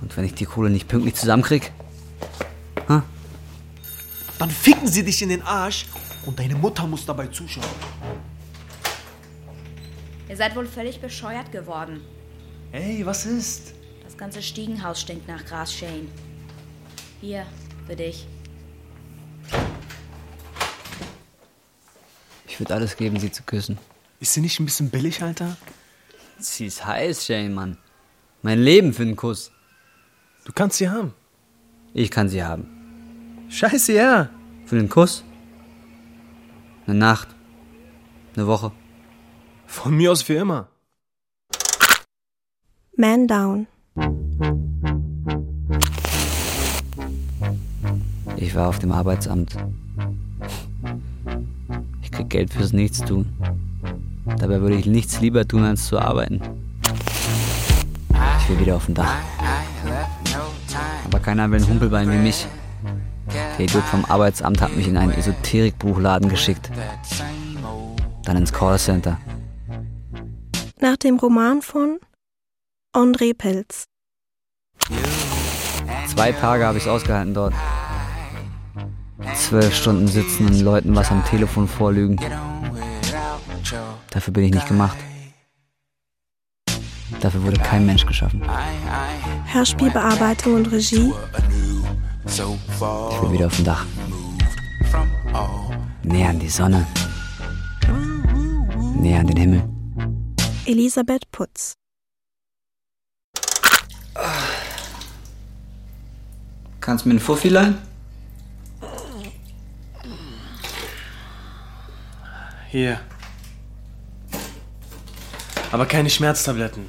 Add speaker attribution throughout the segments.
Speaker 1: Und wenn ich die Kohle nicht pünktlich zusammenkrieg? Ha?
Speaker 2: Dann ficken sie dich in den Arsch und deine Mutter muss dabei zuschauen.
Speaker 3: Ihr seid wohl völlig bescheuert geworden.
Speaker 2: Hey, was ist?
Speaker 3: Das ganze Stiegenhaus stinkt nach Gras, Shane. Hier, für dich.
Speaker 1: Ich würde alles geben, sie zu küssen.
Speaker 2: Ist sie nicht ein bisschen billig, Alter?
Speaker 1: Sie ist heiß, Shane, Mann. Mein Leben für einen Kuss.
Speaker 2: Du kannst sie haben.
Speaker 1: Ich kann sie haben.
Speaker 2: Scheiße, ja.
Speaker 1: Für einen Kuss? Eine Nacht. Eine Woche.
Speaker 2: Von mir aus für immer.
Speaker 4: Man Down.
Speaker 1: Ich war auf dem Arbeitsamt. Ich krieg Geld fürs Nichtstun. Dabei würde ich nichts lieber tun, als zu arbeiten. Ich will wieder auf dem Dach. Aber keiner will ein Humpelbein wie mich. Der Idiot vom Arbeitsamt hat mich in einen Esoterikbuchladen geschickt. Dann ins Callcenter.
Speaker 4: Nach dem Roman von André Pilz.
Speaker 1: Zwei Tage habe ich es ausgehalten dort. Zwölf Stunden sitzen und Leuten was am Telefon vorlügen. Dafür bin ich nicht gemacht. Dafür wurde kein Mensch geschaffen.
Speaker 4: Hörspielbearbeitung und Regie
Speaker 1: Ich will wieder auf dem Dach. Näher an die Sonne. Näher an den Himmel.
Speaker 4: Elisabeth Putz.
Speaker 1: Kannst mir einen Fuffi leihen?
Speaker 2: Hier. Aber keine Schmerztabletten.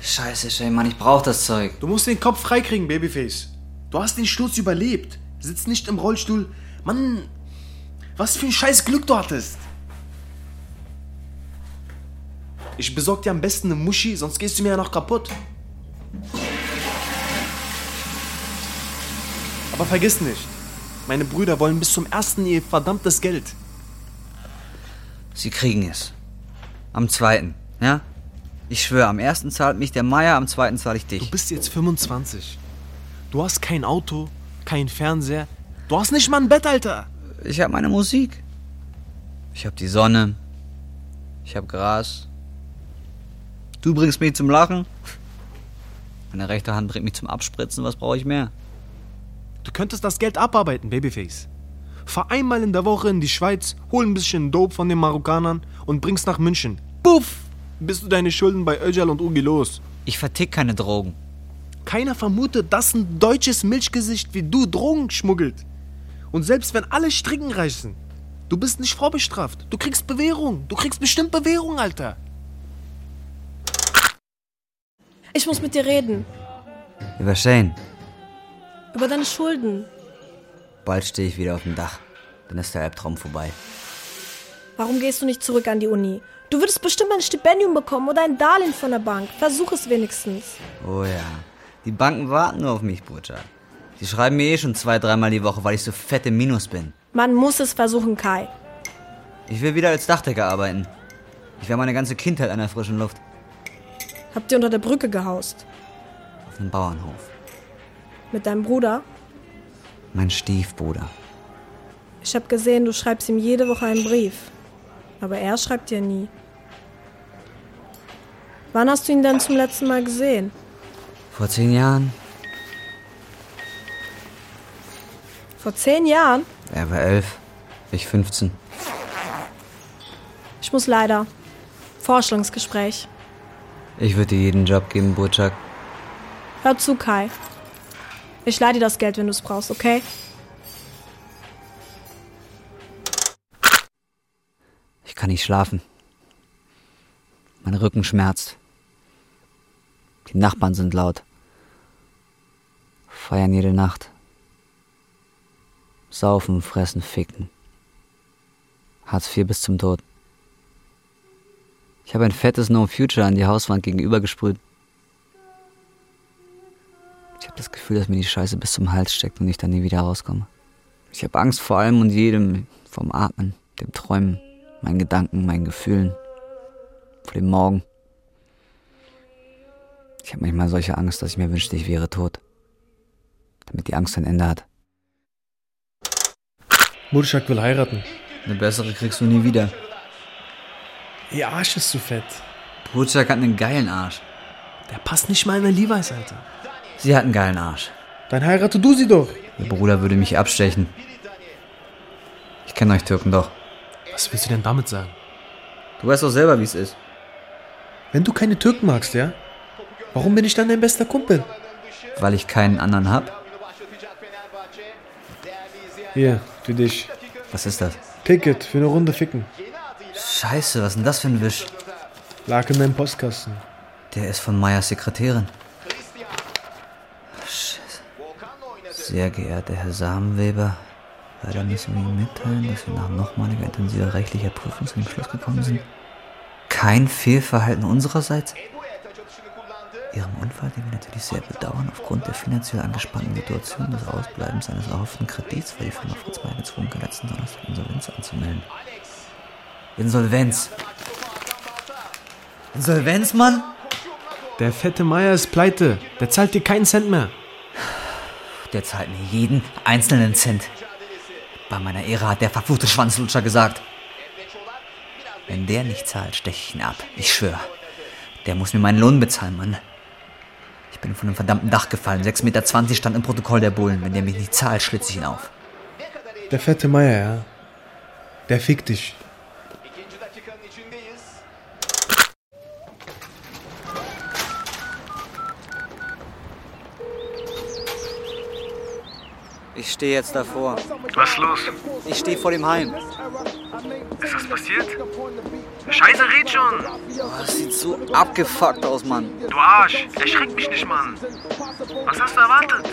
Speaker 1: Scheiße, Shane, Mann, ich brauch das Zeug.
Speaker 2: Du musst den Kopf freikriegen, Babyface. Du hast den Sturz überlebt. Sitzt nicht im Rollstuhl. Mann, was für ein scheiß Glück du hattest. Ich besorg dir am besten eine Muschi, sonst gehst du mir ja noch kaputt. Aber vergiss nicht, meine Brüder wollen bis zum ersten ihr verdammtes Geld.
Speaker 1: Sie kriegen es. Am zweiten, ja? Ich schwöre, am ersten zahlt mich der Meier, am zweiten zahle ich
Speaker 2: Du
Speaker 1: dich.
Speaker 2: bist jetzt 25. Du hast kein Auto, kein Fernseher. Du hast nicht mal ein Bett, Alter.
Speaker 1: Ich habe meine Musik. Ich habe die Sonne. Ich habe Gras. Du bringst mich zum Lachen. Meine rechte Hand bringt mich zum Abspritzen. Was brauche ich mehr?
Speaker 2: Du könntest das Geld abarbeiten, Babyface. Fahr einmal in der Woche in die Schweiz, hol ein bisschen Dope von den Marokkanern und bring's nach München. Puff! Bist du deine Schulden bei Öcal und Ugi los.
Speaker 1: Ich vertick keine Drogen.
Speaker 2: Keiner vermutet, dass ein deutsches Milchgesicht wie du Drogen schmuggelt. Und selbst wenn alle Stricken reißen, du bist nicht vorbestraft. Du kriegst Bewährung. Du kriegst bestimmt Bewährung, Alter.
Speaker 4: Ich muss mit dir reden.
Speaker 1: Über Shane.
Speaker 4: Über deine Schulden.
Speaker 1: Bald stehe ich wieder auf dem Dach. Dann ist der Albtraum vorbei.
Speaker 4: Warum gehst du nicht zurück an die Uni? Du würdest bestimmt ein Stipendium bekommen oder ein Darlehen von der Bank. Versuch es wenigstens.
Speaker 1: Oh ja. Die Banken warten nur auf mich, Bruder. Die schreiben mir eh schon zwei, dreimal die Woche, weil ich so fett im Minus bin.
Speaker 4: Man muss es versuchen, Kai.
Speaker 1: Ich will wieder als Dachdecker arbeiten. Ich war meine ganze Kindheit an der frischen Luft.
Speaker 4: Habt ihr unter der Brücke gehaust?
Speaker 1: Auf einem Bauernhof.
Speaker 4: Mit deinem Bruder?
Speaker 1: Mein Stiefbruder.
Speaker 4: Ich hab gesehen, du schreibst ihm jede Woche einen Brief. Aber er schreibt dir nie. Wann hast du ihn denn zum letzten Mal gesehen?
Speaker 1: Vor zehn Jahren.
Speaker 4: Vor zehn Jahren?
Speaker 1: Er war elf. Ich 15.
Speaker 4: Ich muss leider. Vorstellungsgespräch.
Speaker 1: Ich würde dir jeden Job geben, Burczak.
Speaker 4: Hör zu, Kai. Ich leih dir das Geld, wenn du es brauchst, okay?
Speaker 1: Ich kann nicht schlafen. Mein Rücken schmerzt. Die Nachbarn sind laut. Feiern jede Nacht. Saufen, fressen, ficken. Hartz IV bis zum Tod. Ich habe ein fettes No Future an die Hauswand gegenüber gesprüht. Ich habe das Gefühl, dass mir die Scheiße bis zum Hals steckt und ich da nie wieder rauskomme. Ich habe Angst vor allem und jedem, vom Atmen, dem Träumen, meinen Gedanken, meinen Gefühlen, vor dem Morgen. Ich habe manchmal solche Angst, dass ich mir wünschte, ich wäre tot. Damit die Angst ein Ende hat.
Speaker 2: Murschak will heiraten.
Speaker 1: Eine bessere kriegst du nie wieder.
Speaker 2: Ihr Arsch ist zu fett.
Speaker 1: Burchak hat einen geilen Arsch.
Speaker 2: Der passt nicht mal in ein Levi's, Alter.
Speaker 1: Sie hat einen geilen Arsch.
Speaker 2: Dann heirate du sie doch.
Speaker 1: Ihr Bruder würde mich abstechen. Ich kenne euch Türken doch.
Speaker 5: Was willst du denn damit sagen?
Speaker 1: Du weißt doch selber, wie es ist.
Speaker 2: Wenn du keine Türken magst, ja? Warum bin ich dann dein bester Kumpel?
Speaker 1: Weil ich keinen anderen hab.
Speaker 2: Hier, für dich.
Speaker 1: Was ist das?
Speaker 2: Ticket für eine Runde ficken.
Speaker 1: Scheiße, was ist denn das für ein Wisch?
Speaker 2: Lag in meinem Postkasten.
Speaker 1: Der ist von Meyers Sekretärin. Scheiße. Sehr geehrter Herr Samenweber, leider müssen wir Ihnen mitteilen, dass wir nach nochmaliger intensiver rechtlicher Prüfung zu dem Schluss gekommen sind. Kein Fehlverhalten unsererseits. Ihrem Unfall, den wir natürlich sehr bedauern, aufgrund der finanziell angespannten Situation des Ausbleibens eines erhofften Kredits, war die Firma Fritz Meyer gezwungen, letzten Donnerstag Insolvenz anzumelden. Insolvenz. Insolvenz, Mann?
Speaker 5: Der fette Meier ist pleite. Der zahlt dir keinen Cent mehr.
Speaker 1: Der zahlt mir jeden einzelnen Cent. Bei meiner Ehre hat der verfluchte Schwanzlutscher gesagt. Wenn der nicht zahlt, steche ich ihn ab. Ich schwöre. Der muss mir meinen Lohn bezahlen, Mann. Ich bin von dem verdammten Dach gefallen. 6,20 Meter stand im Protokoll der Bullen. Wenn der mich nicht zahlt, schlitze ich ihn auf.
Speaker 2: Der fette Meier, ja? Der fickt dich.
Speaker 1: Ich stehe jetzt davor.
Speaker 6: Was ist los?
Speaker 1: Ich stehe vor dem Heim.
Speaker 6: Ist was passiert? Scheiße, red schon!
Speaker 1: Oh, Das sieht so abgefuckt aus, Mann.
Speaker 6: Du Arsch! Erschreck mich nicht, Mann! Was hast du erwartet?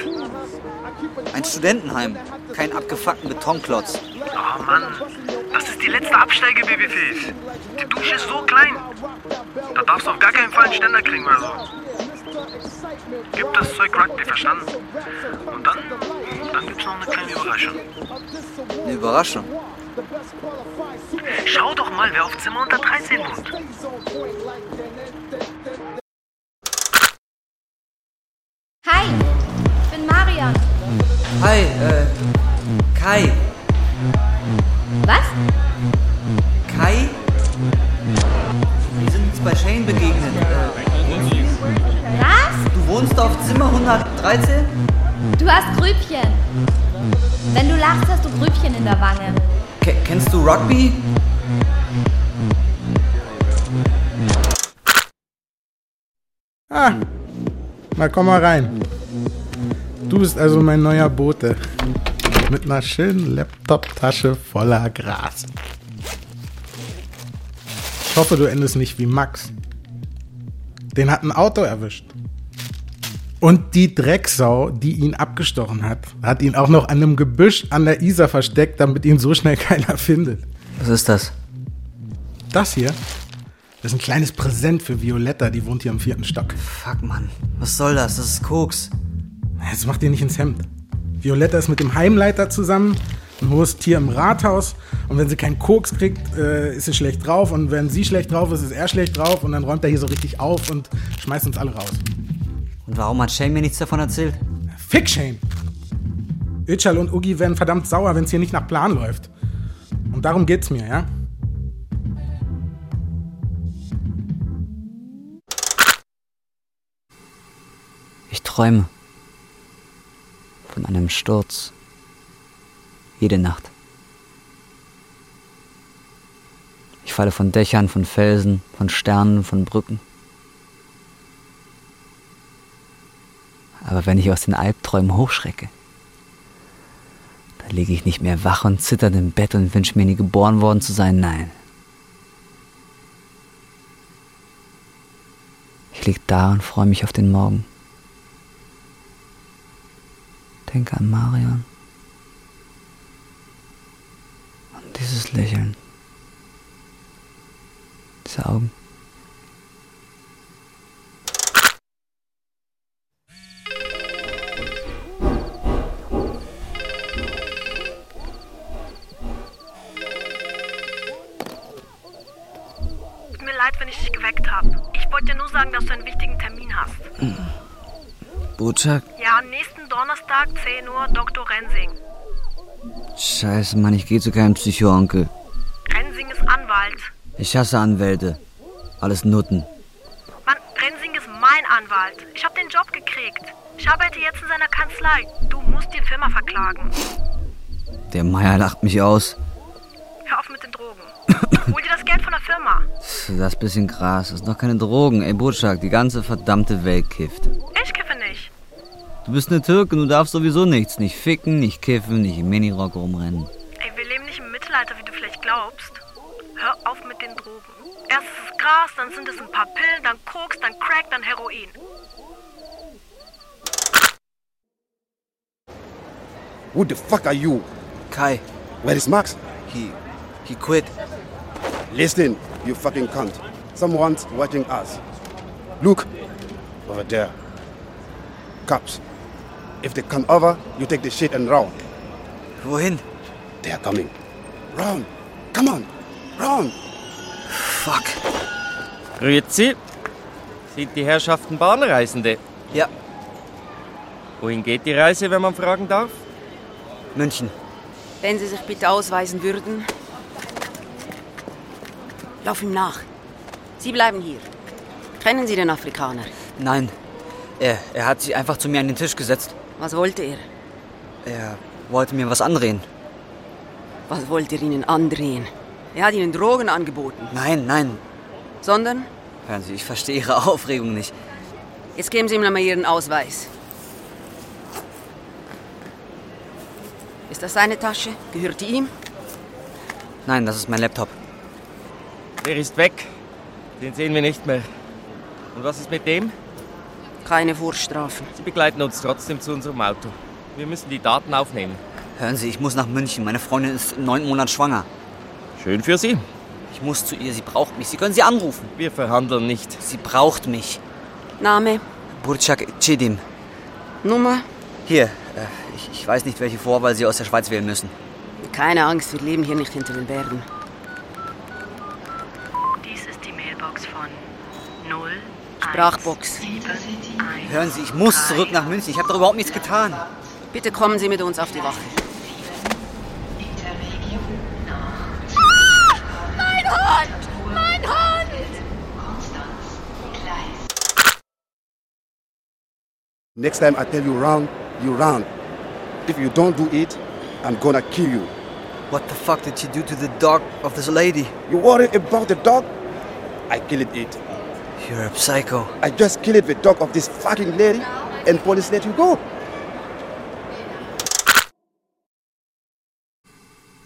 Speaker 1: Ein Studentenheim. Kein abgefuckten Betonklotz.
Speaker 6: Oh Mann, das ist die letzte Absteige, Babyface. Die Dusche ist so klein. Da darfst du auf gar keinen Fall einen Ständer kriegen oder so. Gib das Zeug Rugby, verstanden? Und dann, dann gibt's noch eine kleine Überraschung.
Speaker 1: Eine Überraschung.
Speaker 6: Schau doch mal, wer auf Zimmer unter 13 wohnt.
Speaker 3: Hi, ich bin Marian.
Speaker 1: Hi, äh, Kai.
Speaker 3: Was?
Speaker 1: Kai? Wir sind uns bei Shane begegnet. Äh,
Speaker 3: Was?
Speaker 1: Du wohnst auf Zimmer 113?
Speaker 3: Du hast Grübchen. Wenn du lachst, hast du Grübchen in der Wange.
Speaker 1: Ke- kennst du Rugby?
Speaker 7: Ah, na komm mal rein. Du bist also mein neuer Bote. Mit einer schönen Laptop-Tasche voller Gras. Ich hoffe, du endest nicht wie Max. Den hat ein Auto erwischt. Und die Drecksau, die ihn abgestochen hat, hat ihn auch noch an einem Gebüsch an der Isar versteckt, damit ihn so schnell keiner findet.
Speaker 1: Was ist das?
Speaker 7: Das hier ist ein kleines Präsent für Violetta, die wohnt hier im vierten Stock.
Speaker 1: Fuck, Mann. Was soll das? Das ist Koks.
Speaker 7: Jetzt macht ihr nicht ins Hemd. Violetta ist mit dem Heimleiter zusammen, ein hohes Tier im Rathaus. Und wenn sie keinen Koks kriegt, äh, ist sie schlecht drauf. Und wenn sie schlecht drauf ist, ist er schlecht drauf. Und dann räumt er hier so richtig auf und schmeißt uns alle raus.
Speaker 1: Und warum hat Shane mir nichts davon erzählt?
Speaker 7: Fick Shane! Öcal und Ugi werden verdammt sauer, wenn es hier nicht nach Plan läuft. Und darum geht's mir, ja?
Speaker 1: Ich träume. Von einem Sturz. Jede Nacht. Ich falle von Dächern, von Felsen, von Sternen, von Brücken. Aber wenn ich aus den Albträumen hochschrecke, da liege ich nicht mehr wach und zitternd im Bett und wünsche mir nie geboren worden zu sein. Nein. Ich lieg da und freue mich auf den Morgen. Denke an Marion. Und dieses Lächeln. Diese Augen.
Speaker 8: Tut mir leid, wenn ich dich geweckt habe. Ich wollte dir nur sagen, dass du einen wichtigen Termin hast.
Speaker 1: Bootsack?
Speaker 8: Ja, am nächsten Donnerstag, 10 Uhr, Dr. Rensing.
Speaker 1: Scheiße, Mann, ich gehe zu keinem Psycho-Onkel.
Speaker 8: Rensing ist Anwalt.
Speaker 1: Ich hasse Anwälte. Alles Nutten.
Speaker 8: Mann, Rensing ist mein Anwalt. Ich habe den Job gekriegt. Ich arbeite jetzt in seiner Kanzlei. Du musst den Firma verklagen.
Speaker 1: Der Meier lacht mich aus.
Speaker 8: Hör auf mit den Drogen. Hol dir das Geld von der Firma.
Speaker 1: Pff, Das bisschen Gras, das ist noch keine Drogen. Ey, Bootsack, die ganze verdammte Welt kifft.
Speaker 8: Ich kiffe nicht.
Speaker 1: Du bist eine Türkin, du darfst sowieso nichts. Nicht ficken, nicht kiffen, nicht im Minirock rumrennen.
Speaker 8: Ey, wir leben nicht im Mittelalter, wie du vielleicht glaubst. Hör auf mit den Drogen. Erst ist es Gras, dann sind es ein paar Pillen, dann Koks, dann Crack, dann Heroin.
Speaker 9: Who the fuck are you?
Speaker 1: Kai,
Speaker 9: Where is Max?
Speaker 1: he, he quit.
Speaker 9: Listen, you fucking cunt. Someone's watching us. Look, over there. Cops. If they come over, you take the shit and run.
Speaker 1: Wohin?
Speaker 9: They are coming. Run. Come on. Run.
Speaker 1: Fuck.
Speaker 10: Grüezi. Sind die Herrschaften Bahnreisende?
Speaker 1: Ja.
Speaker 10: Wohin geht die Reise, wenn man fragen darf?
Speaker 1: München.
Speaker 11: Wenn Sie sich bitte ausweisen würden. Lauf ihm nach. Sie bleiben hier. Kennen Sie den Afrikaner?
Speaker 1: Nein. Er, er hat sich einfach zu mir an den Tisch gesetzt.
Speaker 11: Was wollte er?
Speaker 1: Er wollte mir was andrehen.
Speaker 11: Was wollte er Ihnen andrehen? Er hat Ihnen Drogen angeboten.
Speaker 1: Nein, nein.
Speaker 11: Sondern?
Speaker 1: Hören Sie, ich verstehe Ihre Aufregung nicht.
Speaker 11: Jetzt geben Sie ihm nochmal Ihren Ausweis. Ist das seine Tasche? Gehört die ihm?
Speaker 1: Nein, das ist mein Laptop.
Speaker 10: Der ist weg. Den sehen wir nicht mehr. Und was ist mit dem?
Speaker 11: Keine Vorstrafen.
Speaker 10: Sie begleiten uns trotzdem zu unserem Auto. Wir müssen die Daten aufnehmen.
Speaker 1: Hören Sie, ich muss nach München. Meine Freundin ist im neunten Monat schwanger.
Speaker 10: Schön für Sie.
Speaker 1: Ich muss zu ihr. Sie braucht mich. Sie können sie anrufen.
Speaker 10: Wir verhandeln nicht.
Speaker 1: Sie braucht mich.
Speaker 11: Name,
Speaker 1: Burçak Cedim.
Speaker 11: Nummer?
Speaker 1: Hier, äh, ich, ich weiß nicht, welche Vorwahl Sie aus der Schweiz wählen müssen.
Speaker 11: Keine Angst, wir leben hier nicht hinter den Bergen.
Speaker 8: Dies ist die Mailbox von 0
Speaker 11: Sprachbox.
Speaker 8: 1.
Speaker 1: Hören Sie, ich muss zurück nach München. Ich habe doch überhaupt nichts getan.
Speaker 11: Bitte kommen Sie mit uns auf die Wache.
Speaker 3: Mein Hund! Mein Hund!
Speaker 9: Next time I tell you run, you run. If you don't do it, I'm gonna kill you.
Speaker 1: What the fuck did you do to the dog of this lady?
Speaker 9: You worried about the dog? I killed it.
Speaker 1: You're a psycho.
Speaker 9: I just killed the dog of this fucking lady, and police let you go.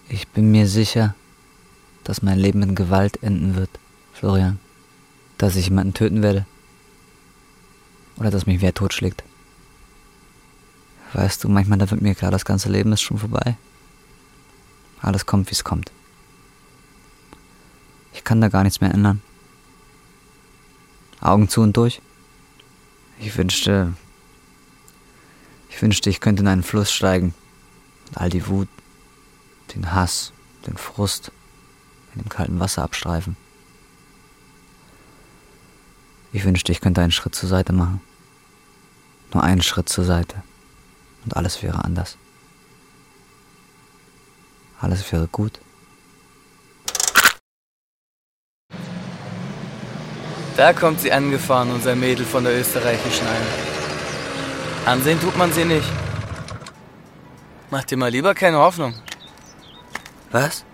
Speaker 1: Ich bin mir sicher, dass mein Leben in Gewalt enden wird, Florian. Dass ich jemanden töten werde. Oder dass mich wer totschlägt. Weißt du, manchmal da wird mir klar, das ganze Leben ist schon vorbei. Alles kommt, wie es kommt. Ich kann da gar nichts mehr ändern. Augen zu und durch. Ich wünschte, ich wünschte, ich könnte in einen Fluss steigen und all die Wut, den Hass, den Frust in dem kalten Wasser abstreifen. Ich wünschte, ich könnte einen Schritt zur Seite machen. Nur einen Schritt zur Seite. Und alles wäre anders. Alles wäre gut.
Speaker 12: Da kommt sie angefahren, unser Mädel von der österreichischen Alm. Ansehen tut man sie nicht. Mach dir mal lieber keine Hoffnung.
Speaker 1: Was?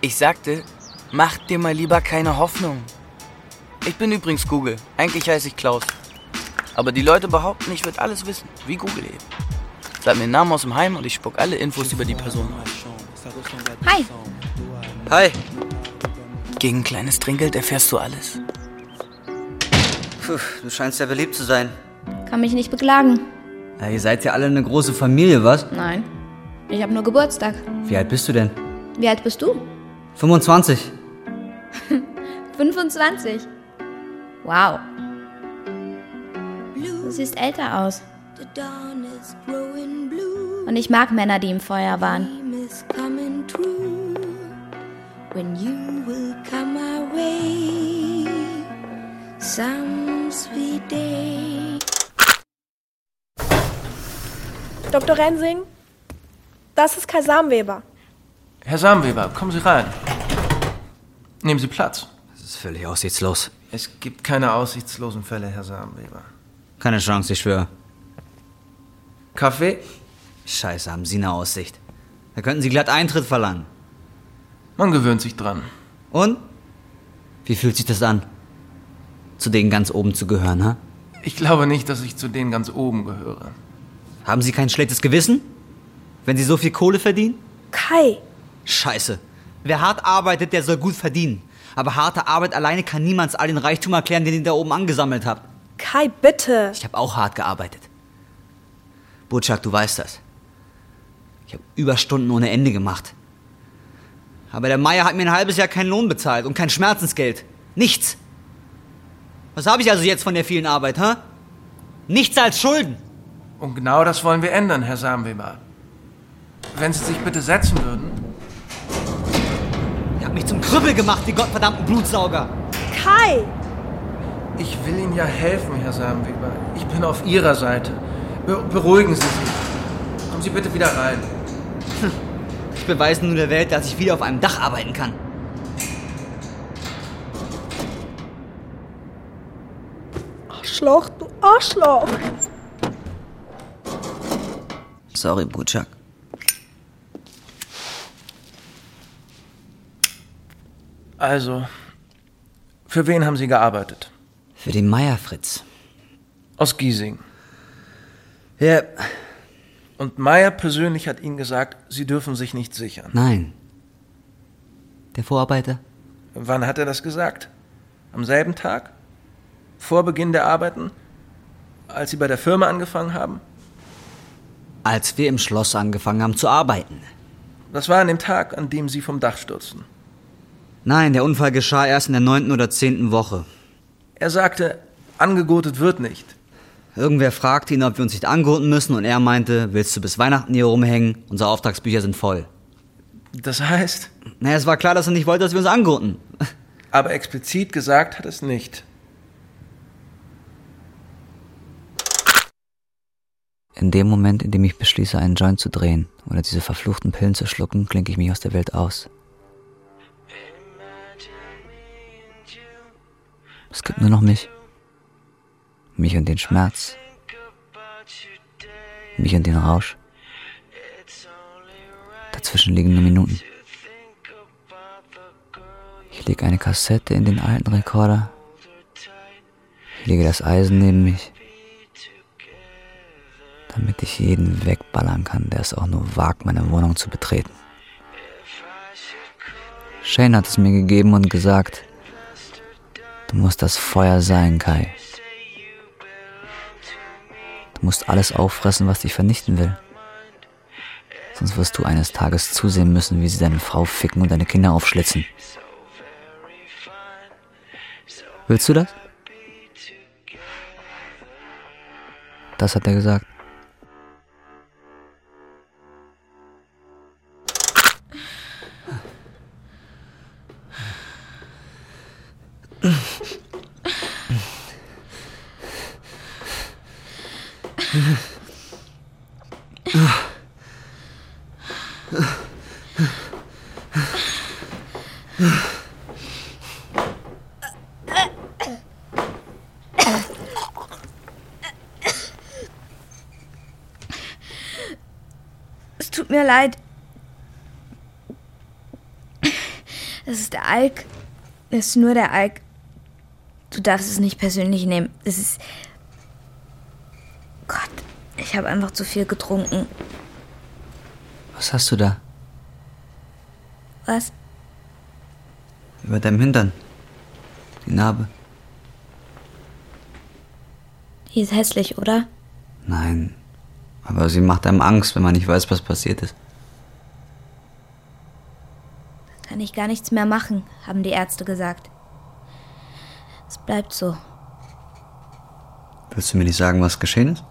Speaker 12: Ich sagte, mach dir mal lieber keine Hoffnung. Ich bin übrigens Google. Eigentlich heiße ich Klaus. Aber die Leute behaupten, ich würde alles wissen, wie Google eben. Sag mir den Namen aus dem Heim und ich spuck alle Infos über die Person aus.
Speaker 3: Hi.
Speaker 1: Hi.
Speaker 12: Gegen kleines Trinkgeld erfährst du alles.
Speaker 1: Puh, du scheinst ja beliebt zu sein.
Speaker 3: Kann mich nicht beklagen.
Speaker 1: Ja, ihr seid ja alle eine große Familie, was?
Speaker 3: Nein. Ich habe nur Geburtstag.
Speaker 1: Wie alt bist du denn?
Speaker 3: Wie alt bist du?
Speaker 1: 25.
Speaker 3: 25. Wow. Du siehst älter aus. Und ich mag Männer, die im Feuer waren.
Speaker 13: When you will come my way, Sounds wie day.
Speaker 4: Dr. Rensing, das ist Kai Samweber.
Speaker 12: Herr Samenweber, kommen Sie rein. Nehmen Sie Platz.
Speaker 1: Das ist völlig aussichtslos.
Speaker 12: Es gibt keine aussichtslosen Fälle, Herr Samenweber.
Speaker 1: Keine Chance, ich schwöre.
Speaker 12: Kaffee?
Speaker 1: Scheiße, haben Sie eine Aussicht. Da könnten Sie glatt Eintritt verlangen.
Speaker 12: Man gewöhnt sich dran.
Speaker 1: Und? Wie fühlt sich das an? Zu denen ganz oben zu gehören, ha?
Speaker 12: Ich glaube nicht, dass ich zu denen ganz oben gehöre.
Speaker 1: Haben Sie kein schlechtes Gewissen? Wenn Sie so viel Kohle verdienen?
Speaker 4: Kai,
Speaker 1: Scheiße. Wer hart arbeitet, der soll gut verdienen. Aber harte Arbeit alleine kann niemals all den Reichtum erklären, den ihr da oben angesammelt habt.
Speaker 4: Kai, bitte.
Speaker 1: Ich habe auch hart gearbeitet. Butschak, du weißt das. Ich habe Überstunden ohne Ende gemacht. Aber der Meier hat mir ein halbes Jahr keinen Lohn bezahlt und kein Schmerzensgeld. Nichts. Was habe ich also jetzt von der vielen Arbeit, hä? Nichts als Schulden.
Speaker 12: Und genau das wollen wir ändern, Herr Samenweber. Wenn Sie sich bitte setzen würden.
Speaker 1: Ihr habt mich zum Krüppel gemacht, die gottverdammten Blutsauger.
Speaker 4: Kai!
Speaker 12: Ich will Ihnen ja helfen, Herr Samenweber. Ich bin auf Ihrer Seite. Be beruhigen Sie sich. Kommen Sie bitte wieder rein.
Speaker 1: Ich beweise nun der Welt, dass ich wieder auf einem Dach arbeiten kann.
Speaker 4: Arschloch, du Arschloch.
Speaker 1: Sorry, Butschak.
Speaker 12: Also, für wen haben Sie gearbeitet?
Speaker 1: Für den Meier, Fritz.
Speaker 12: Aus Giesing.
Speaker 1: Ja.
Speaker 12: Und Meier persönlich hat Ihnen gesagt, Sie dürfen sich nicht sichern.
Speaker 1: Nein. Der Vorarbeiter?
Speaker 12: Wann hat er das gesagt? Am selben Tag? Vor Beginn der Arbeiten? Als Sie bei der Firma angefangen haben?
Speaker 1: Als wir im Schloss angefangen haben zu arbeiten.
Speaker 12: Das war an dem Tag, an dem Sie vom Dach stürzten.
Speaker 1: Nein, der Unfall geschah erst in der neunten oder zehnten Woche.
Speaker 12: Er sagte, angegotet wird nicht.
Speaker 1: Irgendwer fragte ihn, ob wir uns nicht angurten müssen und er meinte, willst du bis Weihnachten hier rumhängen? Unsere Auftragsbücher sind voll.
Speaker 12: Das heißt,
Speaker 1: Naja, es war klar, dass er nicht wollte, dass wir uns angurten.
Speaker 12: aber explizit gesagt hat es nicht.
Speaker 1: In dem Moment, in dem ich beschließe, einen Joint zu drehen oder diese verfluchten Pillen zu schlucken, klinke ich mich aus der Welt aus. Es gibt nur noch mich. Mich und den Schmerz. Mich und den Rausch. Dazwischen liegen nur Minuten. Ich lege eine Kassette in den alten Rekorder. Ich lege das Eisen neben mich damit ich jeden wegballern kann, der es auch nur wagt, meine Wohnung zu betreten. Shane hat es mir gegeben und gesagt, du musst das Feuer sein, Kai. Du musst alles auffressen, was dich vernichten will. Sonst wirst du eines Tages zusehen müssen, wie sie deine Frau ficken und deine Kinder aufschlitzen. Willst du das? Das hat er gesagt.
Speaker 13: Es tut mir leid. Es ist der Alk. Es ist nur der Alk. Du darfst es nicht persönlich nehmen. Es ist. Gott, ich habe einfach zu viel getrunken.
Speaker 1: Was hast du da?
Speaker 13: Was?
Speaker 1: Über deinem Hintern. Die Narbe.
Speaker 13: Die ist hässlich, oder?
Speaker 1: Nein. Aber sie macht einem Angst, wenn man nicht weiß, was passiert ist.
Speaker 13: Kann ich gar nichts mehr machen, haben die Ärzte gesagt. Es bleibt so.
Speaker 1: Willst du mir nicht sagen, was geschehen ist?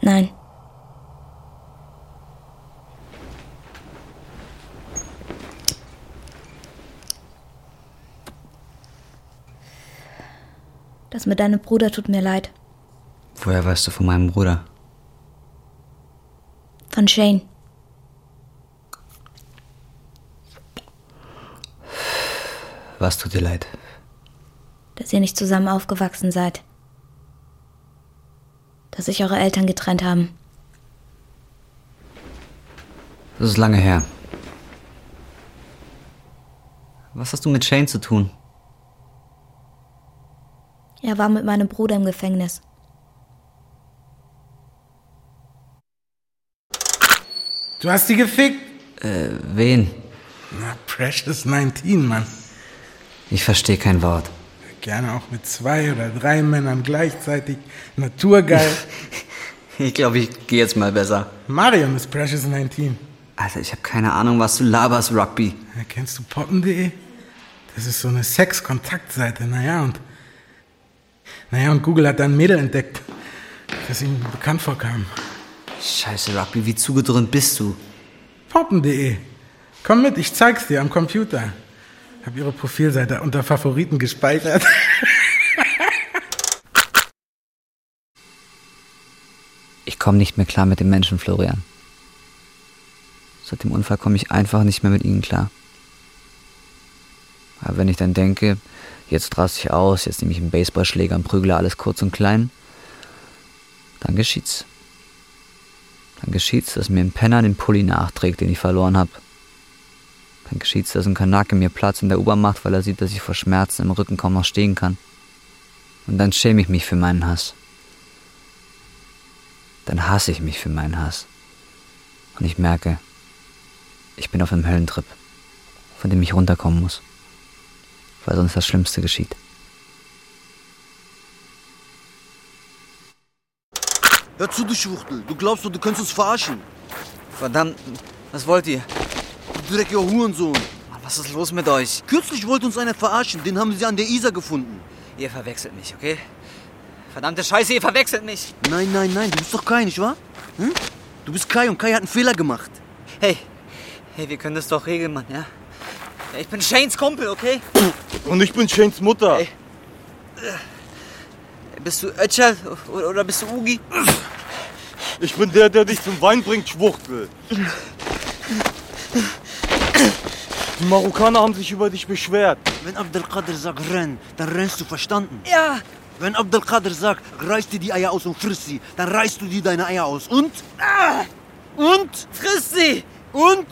Speaker 13: Nein. Das mit deinem Bruder tut mir leid.
Speaker 1: Woher weißt du von meinem Bruder?
Speaker 13: Von Shane.
Speaker 1: Was tut dir leid?
Speaker 13: dass ihr nicht zusammen aufgewachsen seid. Dass sich eure Eltern getrennt haben.
Speaker 1: Das ist lange her. Was hast du mit Shane zu tun?
Speaker 13: Er war mit meinem Bruder im Gefängnis.
Speaker 7: Du hast die gefickt?
Speaker 1: Äh, wen?
Speaker 7: Na, Precious 19, Mann.
Speaker 1: Ich verstehe kein Wort.
Speaker 7: Gerne auch mit zwei oder drei Männern gleichzeitig. Naturgeil.
Speaker 1: Ich glaube, ich gehe jetzt mal besser.
Speaker 7: Marion ist Precious 19.
Speaker 1: Alter, ich habe keine Ahnung, was du laberst, Rugby.
Speaker 7: Kennst du poppen.de? Das ist so eine Sex-Kontaktseite. Naja, und. Naja, und Google hat dann ein Mädel entdeckt, das ihm bekannt vorkam.
Speaker 1: Scheiße, Rugby, wie zugedröhnt bist du?
Speaker 7: Poppen.de. Komm mit, ich zeig's dir am Computer. Hab ihre Profilseite unter Favoriten gespeichert.
Speaker 1: Ich komme nicht mehr klar mit den Menschen, Florian. Seit dem Unfall komme ich einfach nicht mehr mit ihnen klar. Aber wenn ich dann denke, jetzt raste ich aus, jetzt nehme ich einen Baseballschläger und prügle alles kurz und klein, dann geschieht's. Dann geschieht's, dass mir ein Penner den Pulli nachträgt, den ich verloren habe. Dann geschieht's, dass ein Kanake mir Platz in der U-Bahn macht, weil er sieht, dass ich vor Schmerzen im Rücken kaum noch stehen kann. Und dann schäme ich mich für meinen Hass. Dann hasse ich mich für meinen Hass. Und ich merke, ich bin auf einem Höllentrip, von dem ich runterkommen muss, weil sonst das Schlimmste geschieht.
Speaker 14: Hör zu, du Schwuchtel. Du glaubst doch, du könntest uns verarschen.
Speaker 1: Verdammt, was wollt ihr?
Speaker 14: Du dreckiger Hurensohn.
Speaker 1: was ist los mit euch?
Speaker 14: Kürzlich wollte uns einer verarschen. Den haben sie an der Isar gefunden.
Speaker 1: Ihr verwechselt mich, okay? Verdammte Scheiße, ihr verwechselt mich!
Speaker 14: Nein, nein, nein. Du bist doch Kai, nicht wahr? Hm? Du bist Kai und Kai hat einen Fehler gemacht.
Speaker 1: Hey, hey, wir können das doch regeln, Mann, ja? Ich bin Shanes Kumpel, okay?
Speaker 15: Und ich bin Shanes Mutter. Hey.
Speaker 1: Bist du Ötcher oder oder bist du Ugi?
Speaker 15: Ich bin der, der dich zum Wein bringt, Schwuchtel. Die Marokkaner haben sich über dich beschwert.
Speaker 14: Wenn Abdelkader sagt, renn, dann rennst du, verstanden?
Speaker 1: Ja.
Speaker 14: Wenn Abdelkader sagt, reiß dir die Eier aus und friss sie, dann reißt du dir deine Eier aus. Und? Und?
Speaker 1: Ah, Friss sie!
Speaker 14: Und?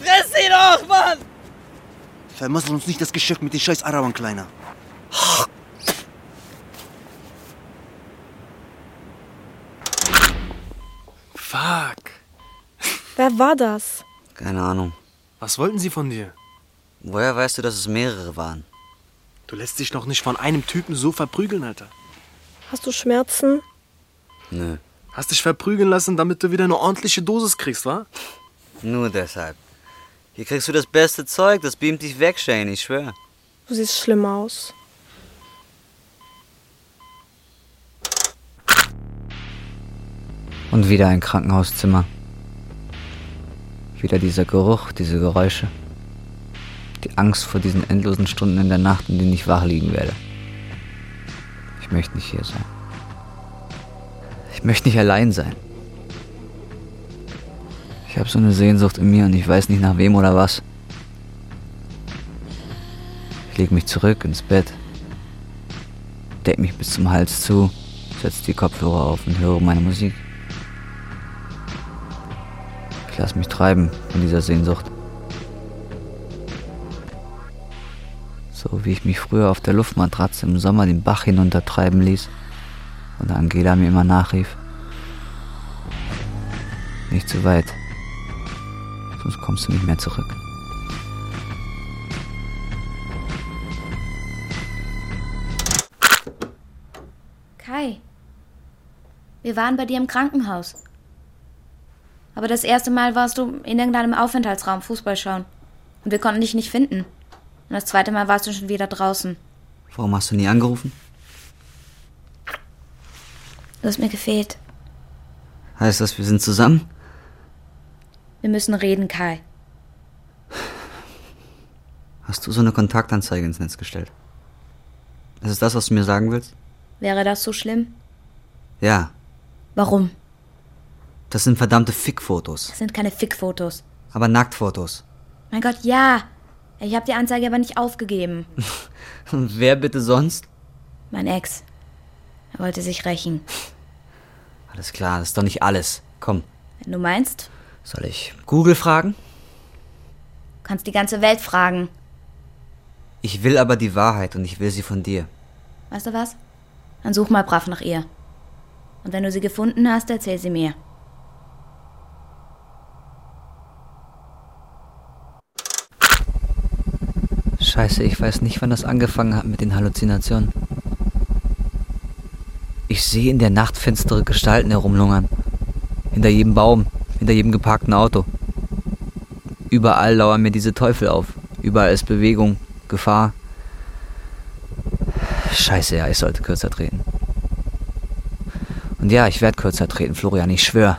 Speaker 1: Friss sie doch, Mann!
Speaker 14: Vermassel uns nicht das Geschäft mit den scheiß Arabern, Kleiner.
Speaker 5: Fuck.
Speaker 4: Wer war das?
Speaker 1: Keine Ahnung.
Speaker 5: Was wollten sie von dir?
Speaker 1: Woher weißt du, dass es mehrere waren?
Speaker 5: Du lässt dich doch nicht von einem Typen so verprügeln, Alter.
Speaker 4: Hast du Schmerzen?
Speaker 1: Nö.
Speaker 5: Hast dich verprügeln lassen, damit du wieder eine ordentliche Dosis kriegst, wa?
Speaker 1: Nur deshalb. Hier kriegst du das beste Zeug, das beamt dich weg, Shane, ich schwör.
Speaker 4: Du siehst schlimm aus.
Speaker 1: Und wieder ein Krankenhauszimmer. Wieder dieser Geruch, diese Geräusche. Die Angst vor diesen endlosen Stunden in der Nacht, in denen ich wach liegen werde. Ich möchte nicht hier sein. Ich möchte nicht allein sein. Ich habe so eine Sehnsucht in mir und ich weiß nicht nach wem oder was. Ich lege mich zurück ins Bett, deck mich bis zum Hals zu, setze die Kopfhörer auf und höre meine Musik. Ich lasse mich treiben von dieser Sehnsucht. So wie ich mich früher auf der Luftmatratze im Sommer den Bach hinuntertreiben ließ und Angela mir immer nachrief. Nicht zu weit, sonst kommst du nicht mehr zurück.
Speaker 3: Kai, wir waren bei dir im Krankenhaus. Aber das erste Mal warst du in irgendeinem Aufenthaltsraum Fußball schauen. Und wir konnten dich nicht finden. Und das zweite Mal warst du schon wieder draußen.
Speaker 1: Warum hast du nie angerufen?
Speaker 3: Du hast mir gefehlt.
Speaker 1: Heißt das, wir sind zusammen?
Speaker 3: Wir müssen reden, Kai.
Speaker 1: Hast du so eine Kontaktanzeige ins Netz gestellt? Ist es das, was du mir sagen willst?
Speaker 3: Wäre das so schlimm?
Speaker 1: Ja,
Speaker 3: Warum?
Speaker 1: das sind verdammte Fickfotos.
Speaker 3: Das sind keine Fickfotos.
Speaker 1: Aber Nacktfotos.
Speaker 3: Mein Gott, ja. Ich habe die Anzeige aber nicht aufgegeben.
Speaker 1: Und wer bitte sonst?
Speaker 3: Mein Ex. Er wollte sich rächen.
Speaker 1: Alles klar, das ist doch nicht alles. Komm,
Speaker 3: Wenn du meinst,
Speaker 1: soll ich Google fragen?
Speaker 3: kannst die ganze Welt fragen.
Speaker 1: Ich will aber die Wahrheit und ich will sie von dir.
Speaker 3: Weißt du was? Dann such mal brav nach ihr. Und wenn du sie gefunden hast, erzähl sie mir.
Speaker 1: Scheiße, ich weiß nicht, wann das angefangen hat mit den Halluzinationen. Ich sehe in der Nacht finstere Gestalten herumlungern. Hinter jedem Baum, hinter jedem geparkten Auto. Überall lauern mir diese Teufel auf. Überall ist Bewegung, Gefahr. Scheiße, ja, ich sollte kürzer treten. Und ja, ich werde kürzer treten, Florian, ich schwör.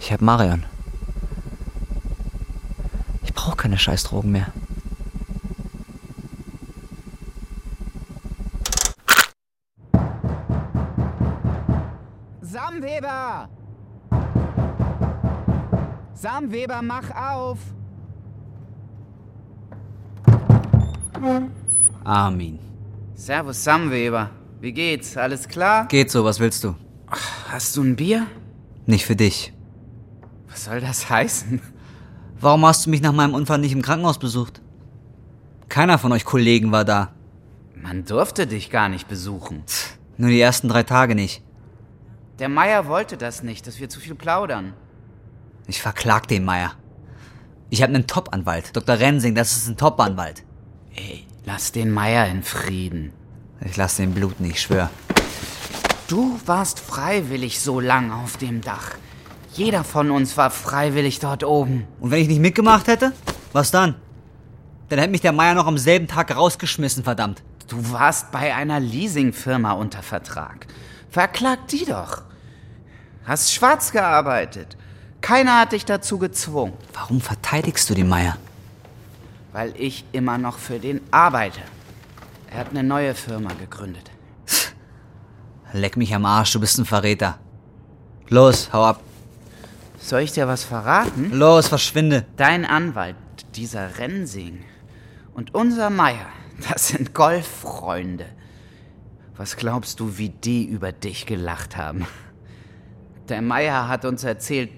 Speaker 1: Ich hab Marion. Ich brauche keine Scheißdrogen mehr.
Speaker 16: Sam Weber! Sam Weber, mach auf!
Speaker 1: Armin.
Speaker 17: Servus Sam Weber. Wie geht's? Alles klar?
Speaker 1: Geht so, was willst du?
Speaker 17: Hast du ein Bier?
Speaker 1: Nicht für dich.
Speaker 17: Was soll das heißen?
Speaker 1: Warum hast du mich nach meinem Unfall nicht im Krankenhaus besucht? Keiner von euch Kollegen war da.
Speaker 17: Man durfte dich gar nicht besuchen.
Speaker 1: Nur die ersten drei Tage nicht.
Speaker 17: Der Meier wollte das nicht, dass wir zu viel plaudern.
Speaker 1: Ich verklag den Meier. Ich habe einen Top-Anwalt. Dr. Rensing, das ist ein Top-Anwalt.
Speaker 17: Ey, lass den Meier in Frieden.
Speaker 1: Ich lasse den bluten, ich schwör.
Speaker 17: Du warst freiwillig so lang auf dem Dach. Jeder von uns war freiwillig dort oben.
Speaker 1: Und wenn ich nicht mitgemacht hätte? Was dann? Dann hätte mich der Meier noch am selben Tag rausgeschmissen, verdammt.
Speaker 17: Du warst bei einer Leasingfirma unter Vertrag. Verklag die doch. Hast schwarz gearbeitet. Keiner hat dich dazu gezwungen,
Speaker 1: Warum verteidigst du den Meier?
Speaker 17: weil ich immer noch für den arbeite. Er hat eine neue Firma gegründet.
Speaker 1: Leck mich am Arsch, du bist ein Verräter. Los, hau ab.
Speaker 17: Soll ich dir was verraten?
Speaker 1: Los, verschwinde.
Speaker 17: Dein Anwalt, dieser Rensing und unser Meier, das sind Golffreunde. Was glaubst du, wie die über dich gelacht haben? Der Meier hat uns erzählt,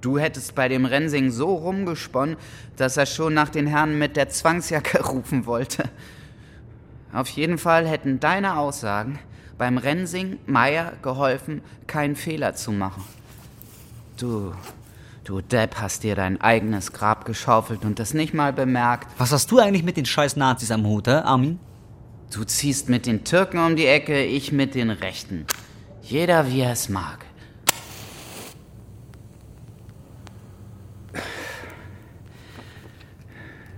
Speaker 17: du hättest bei dem Rensing so rumgesponnen, dass er schon nach den Herren mit der Zwangsjacke rufen wollte. Auf jeden Fall hätten deine Aussagen beim Rensing Meier geholfen, keinen Fehler zu machen. Du, du Depp hast dir dein eigenes Grab geschaufelt und das nicht mal bemerkt.
Speaker 1: Was hast du eigentlich mit den scheiß Nazis am Hut, hä, Armin?
Speaker 17: Du ziehst mit den Türken um die Ecke, ich mit den Rechten. Jeder wie er es mag.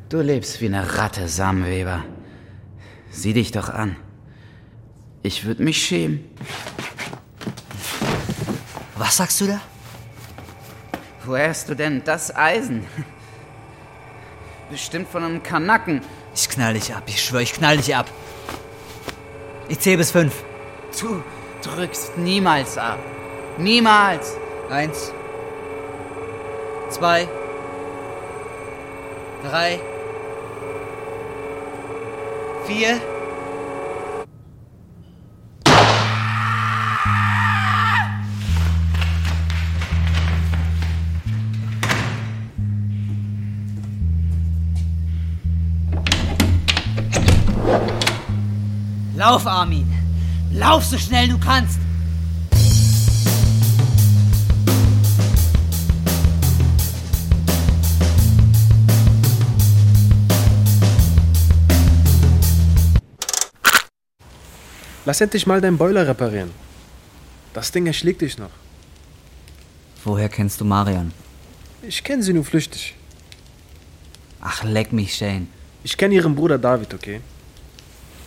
Speaker 17: Du lebst wie eine Ratte, Samweber. Sieh dich doch an. Ich würde mich schämen.
Speaker 1: Was sagst du da?
Speaker 17: Woher hast du denn das Eisen? Bestimmt von einem Kanacken.
Speaker 1: Ich knall dich ab, ich schwör, ich knall dich ab. Ich zähl bis fünf.
Speaker 17: Du drückst niemals ab. Niemals.
Speaker 1: Eins. Zwei. Drei. Vier. Lauf, Armin! Lauf so schnell du kannst!
Speaker 2: Lass endlich mal deinen Boiler reparieren. Das Ding erschlägt dich noch.
Speaker 1: Woher kennst du Marion?
Speaker 2: Ich kenne sie nur flüchtig.
Speaker 1: Ach, leck mich, Shane.
Speaker 2: Ich kenne ihren Bruder David, okay?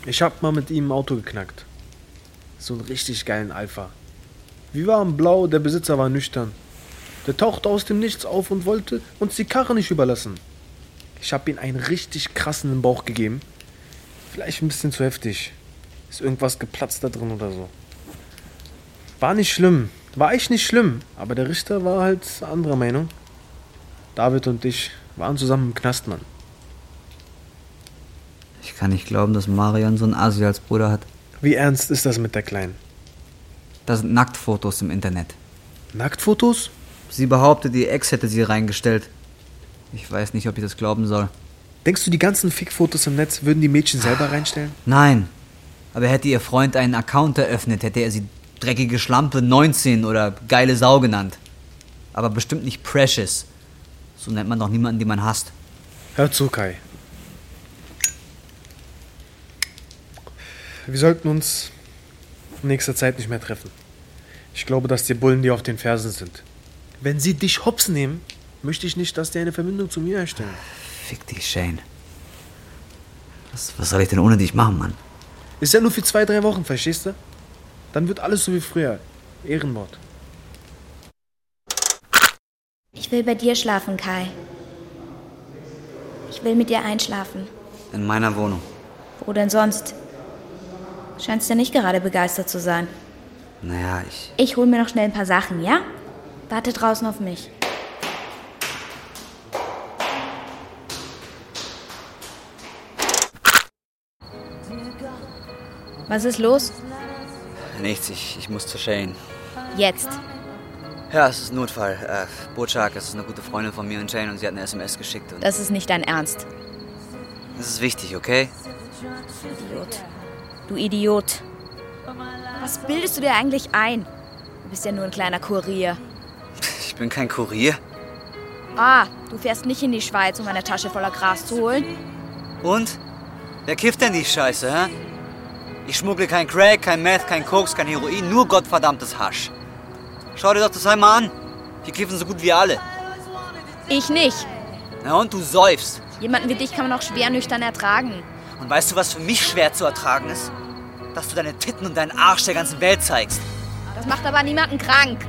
Speaker 2: Ich hab mal mit ihm ein Auto geknackt. So einen richtig geilen Alpha. Wir waren blau, der Besitzer war nüchtern. Der tauchte aus dem Nichts auf und wollte uns die Karre nicht überlassen. Ich hab ihm einen richtig krassen im Bauch gegeben. Vielleicht ein bisschen zu heftig. Ist irgendwas geplatzt da drin oder so. War nicht schlimm. War echt nicht schlimm. Aber der Richter war halt anderer Meinung. David und ich waren zusammen im Knast, Mann.
Speaker 1: Ich kann nicht glauben, dass Marian so einen Asi als Bruder hat.
Speaker 2: Wie ernst ist das mit der Kleinen?
Speaker 1: Da sind Nacktfotos im Internet.
Speaker 2: Nacktfotos?
Speaker 1: Sie behauptet, ihr Ex hätte sie reingestellt. Ich weiß nicht, ob ich das glauben soll.
Speaker 2: Denkst du, die ganzen Fickfotos im Netz würden die Mädchen selber reinstellen?
Speaker 1: Nein. Aber hätte ihr Freund einen Account eröffnet, hätte er sie dreckige Schlampe 19 oder geile Sau genannt. Aber bestimmt nicht Precious. So nennt man doch niemanden, den man hasst.
Speaker 2: Hör zu, Kai. Wir sollten uns in nächster Zeit nicht mehr treffen. Ich glaube, dass die Bullen dir auf den Fersen sind. Wenn sie dich hops nehmen, möchte ich nicht, dass die eine Verbindung zu mir herstellen.
Speaker 1: Fick dich, Shane. Was, was soll ich denn ohne dich machen, Mann?
Speaker 2: Ist ja nur für zwei, drei Wochen, verstehst du? Dann wird alles so wie früher. Ehrenmord.
Speaker 3: Ich will bei dir schlafen, Kai. Ich will mit dir einschlafen.
Speaker 1: In meiner Wohnung.
Speaker 3: Wo denn sonst? Scheinst ja nicht gerade begeistert zu sein.
Speaker 1: Naja, ich.
Speaker 3: Ich hol mir noch schnell ein paar Sachen, ja? Warte draußen auf mich. Was ist los?
Speaker 1: Nichts, ich, ich muss zu Shane.
Speaker 3: Jetzt.
Speaker 1: Ja, es ist ein Notfall. Äh, Botschak, es ist eine gute Freundin von mir und Shane und sie hat eine SMS geschickt und.
Speaker 3: Das ist nicht dein Ernst.
Speaker 1: Das ist wichtig, okay?
Speaker 3: Idiot. Du Idiot. Was bildest du dir eigentlich ein? Du bist ja nur ein kleiner Kurier.
Speaker 1: Ich bin kein Kurier.
Speaker 3: Ah, du fährst nicht in die Schweiz, um eine Tasche voller Gras zu holen.
Speaker 1: Und? Wer kifft denn die Scheiße, hä? Ich schmuggle kein Crack, kein Meth, kein Koks, kein Heroin, nur gottverdammtes Hasch. Schau dir doch das einmal an. Die kiffen so gut wie alle.
Speaker 3: Ich nicht.
Speaker 1: Na und du säufst.
Speaker 3: Jemanden wie dich kann man auch schwer nüchtern ertragen.
Speaker 1: Und weißt du, was für mich schwer zu ertragen ist? Dass du deine Titten und deinen Arsch der ganzen Welt zeigst.
Speaker 3: Das macht aber niemanden krank.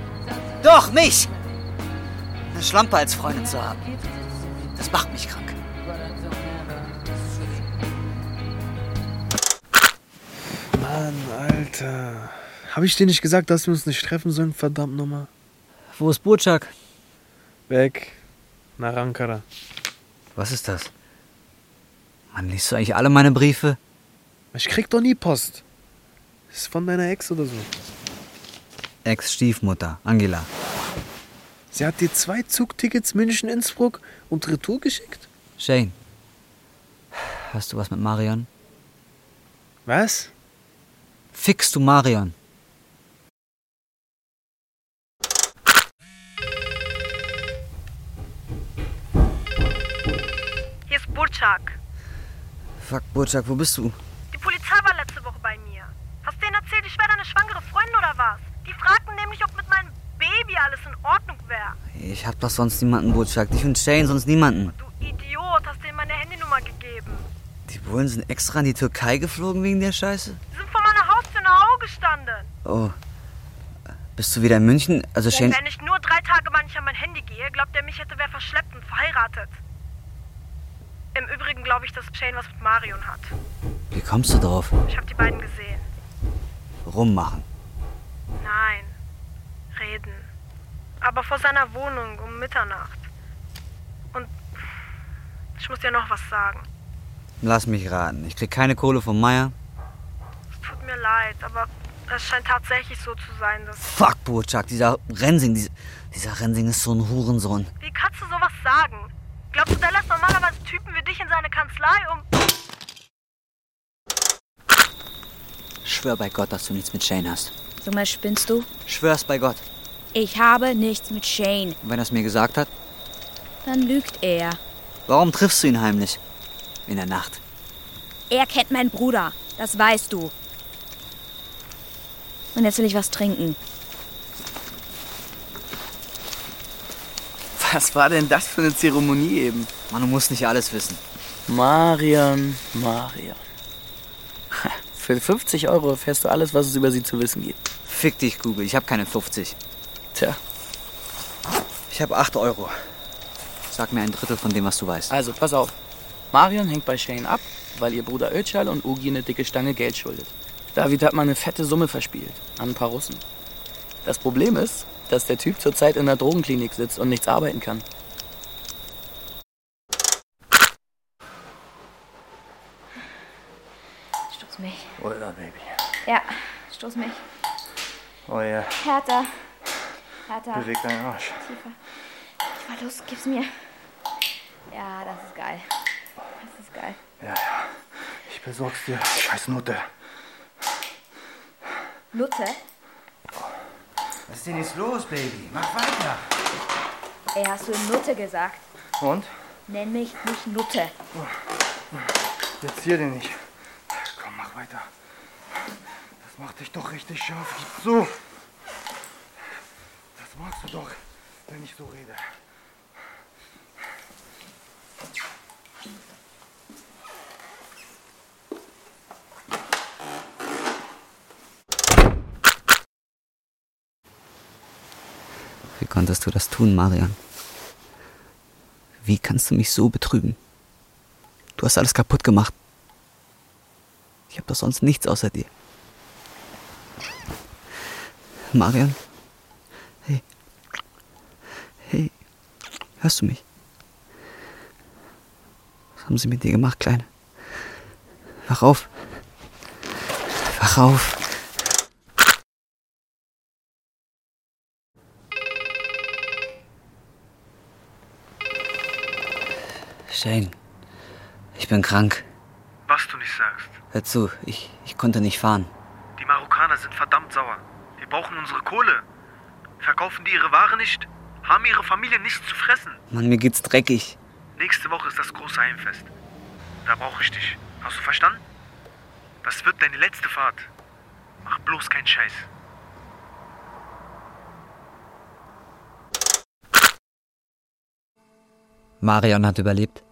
Speaker 1: Doch, mich! Eine Schlampe als Freundin zu haben. Das macht mich krank.
Speaker 2: Mann, Alter. Hab ich dir nicht gesagt, dass wir uns nicht treffen sollen, verdammt nochmal?
Speaker 1: Wo ist Burczak?
Speaker 2: Weg. Nach Ankara.
Speaker 1: Was ist das? Mann, liest du eigentlich alle meine Briefe?
Speaker 2: Ich krieg doch nie Post. Ist von deiner Ex oder so.
Speaker 1: Ex-Stiefmutter, Angela.
Speaker 2: Sie hat dir zwei Zugtickets München-Innsbruck und Retour geschickt?
Speaker 1: Shane. Hast du was mit Marion?
Speaker 2: Was?
Speaker 1: Fickst du Marion?
Speaker 8: Hier ist Burchak.
Speaker 1: Fuck, Burczak, wo bist du?
Speaker 8: Die Polizei war letzte Woche bei mir. Hast denen erzählt, ich wäre deine schwangere Freundin oder was? Die fragten nämlich, ob mit meinem Baby alles in Ordnung wäre.
Speaker 1: Ich hab doch sonst niemanden, Burczak. Dich und Shane, sonst niemanden.
Speaker 8: Idiot, hast denen meine Handynummer gegeben.
Speaker 1: Die Bullen sind extra in die Türkei geflogen wegen der Scheiße?
Speaker 8: Die sind vor meiner Haustür in der Au gestanden.
Speaker 1: Oh. Bist du wieder in München? Also Shane...
Speaker 8: Wenn ich nur drei Tage mal nicht an mein Handy gehe, glaubt er, mich hätte wer verschleppt und verheiratet. Im Übrigen glaube ich, dass Shane was mit Marion hat.
Speaker 1: Wie kommst du drauf?
Speaker 8: Ich habe die beiden gesehen.
Speaker 1: Rummachen.
Speaker 8: Nein. Reden. Aber vor seiner Wohnung um Mitternacht. Und ich muss dir noch was sagen.
Speaker 1: Lass mich raten. Ich krieg keine Kohle von Meier.
Speaker 8: Es tut mir leid, aber es scheint tatsächlich so zu sein, dass...
Speaker 1: Fuck, Burczak, dieser Rensing, dieser, dieser Rensing ist so ein Hurensohn.
Speaker 8: Wie kannst du sowas sagen? Glaubst du, der lässt normalerweise Typen wie dich in seine Kanzlei um...
Speaker 1: Schwör bei Gott, dass du nichts mit Shane hast.
Speaker 3: Sag mal, spinnst du?
Speaker 1: Schwör's bei Gott.
Speaker 3: Ich habe nichts mit Shane.
Speaker 1: Und wenn er es mir gesagt hat,
Speaker 3: Dann lügt er.
Speaker 1: warum triffst du ihn heimlich? In der Nacht.
Speaker 3: Er kennt meinen Bruder. Das weißt du. Und jetzt will ich was trinken.
Speaker 12: Was war denn das für eine Zeremonie eben?
Speaker 1: Mann, du musst nicht alles wissen.
Speaker 12: Marian, Marian. Ha, Für 50 Euro erfährst du alles, was es über sie zu wissen gibt.
Speaker 1: Fick dich, Google. Ich hab keine 50.
Speaker 12: Tja.
Speaker 1: Ich hab 8 Euro. Sag mir ein Drittel von dem, was du weißt.
Speaker 12: Also, pass auf. Marion hängt bei Shane ab
Speaker 18: weil ihr Bruder Öcal und Ugi eine dicke Stange Geld schuldet. David hat mal eine fette Summe verspielt an ein paar Russen. Das Problem ist, dass der Typ zurzeit in der Drogenklinik sitzt und nichts arbeiten kann.
Speaker 3: Stoß mich.
Speaker 6: Oder, Oh Baby.
Speaker 3: Ja, stoß mich.
Speaker 6: Oh ja.
Speaker 3: Härter. Härter.
Speaker 6: Beweg deinen Arsch.
Speaker 3: Tiefer. Mal los, gib's mir. Ja, das ist geil. Das ist geil.
Speaker 6: Ja, ja. Ich besorg's dir. Scheiß Nutte.
Speaker 3: Nutte?
Speaker 19: Was ist denn jetzt los, Baby? Mach weiter.
Speaker 3: Ey, hast du Nutte gesagt?
Speaker 6: Und?
Speaker 3: Nenn mich nicht Nutte.
Speaker 6: Jetzt hier den nicht. Komm, mach weiter. Das macht dich doch richtig scharf. Gib so. Das magst du doch, wenn ich so rede.
Speaker 1: Wie konntest du das tun, Marian? Wie kannst du mich so betrügen? Du hast alles kaputt gemacht. Ich habe doch sonst nichts außer dir. Marian? Hey. Hey. Hörst du mich? Was haben sie mit dir gemacht, Kleine? Wach auf. Wach auf. Shane, ich bin krank.
Speaker 2: Was du nicht sagst.
Speaker 1: Hör zu, ich, ich konnte nicht fahren.
Speaker 2: Die Marokkaner sind verdammt sauer. Die brauchen unsere Kohle. Verkaufen die ihre Ware nicht? Haben ihre Familie nichts zu fressen?
Speaker 1: Mann, mir geht's dreckig.
Speaker 2: Nächste Woche ist das große Heimfest. Da brauche ich dich. Hast du verstanden? Das wird deine letzte Fahrt. Mach bloß keinen Scheiß.
Speaker 1: Marion hat überlebt.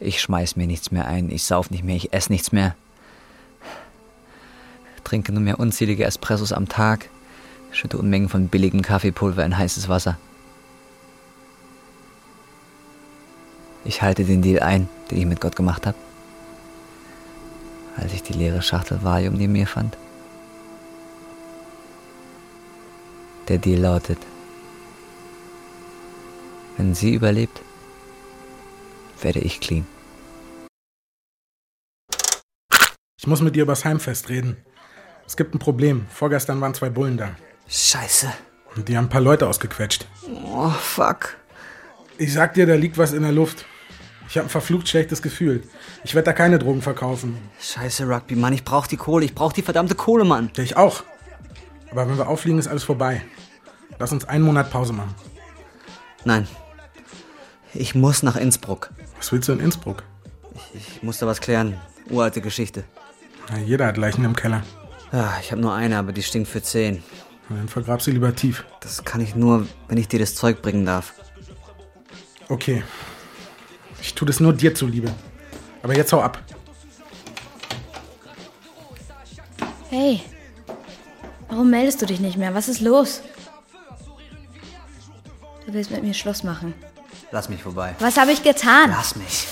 Speaker 1: Ich schmeiß mir nichts mehr ein, ich sauf nicht mehr, ich esse nichts mehr. Trinke nur mehr unzählige Espressos am Tag, schütte Unmengen von billigem Kaffeepulver in heißes Wasser. Ich halte den Deal ein, den ich mit Gott gemacht habe. Als ich die leere Schachtel Valium neben mir fand. Der Deal lautet, wenn sie überlebt, werde ich clean.
Speaker 7: Ich muss mit dir übers Heimfest reden. Es gibt ein Problem. Vorgestern waren zwei Bullen da.
Speaker 1: Scheiße.
Speaker 7: Und die haben ein paar Leute ausgequetscht.
Speaker 1: Oh, fuck.
Speaker 7: Ich sag dir, da liegt was in der Luft. Ich habe ein verflucht schlechtes Gefühl. Ich werde da keine Drogen verkaufen.
Speaker 1: Scheiße, Rugby, Mann, ich brauch die Kohle. Ich brauch die verdammte Kohle, Mann.
Speaker 7: Ja, ich auch. Aber wenn wir auffliegen, ist alles vorbei. Lass uns einen Monat Pause machen.
Speaker 1: Nein. Ich muss nach Innsbruck.
Speaker 7: Was willst du in Innsbruck?
Speaker 1: Ich, ich muss da was klären. Uralte Geschichte.
Speaker 7: Na, jeder hat Leichen im Keller.
Speaker 1: Ja, ich habe nur eine, aber die stinkt für zehn.
Speaker 7: Na, Dann vergrab sie lieber tief.
Speaker 1: Das kann ich nur, wenn ich dir das Zeug bringen darf.
Speaker 7: Okay. Ich tue das nur dir zuliebe. Aber jetzt hau ab.
Speaker 3: Hey, warum meldest du dich nicht mehr? Was ist los? Du willst mit mir Schluss machen.
Speaker 1: Lass mich vorbei.
Speaker 3: Was habe ich getan?
Speaker 1: Lass mich.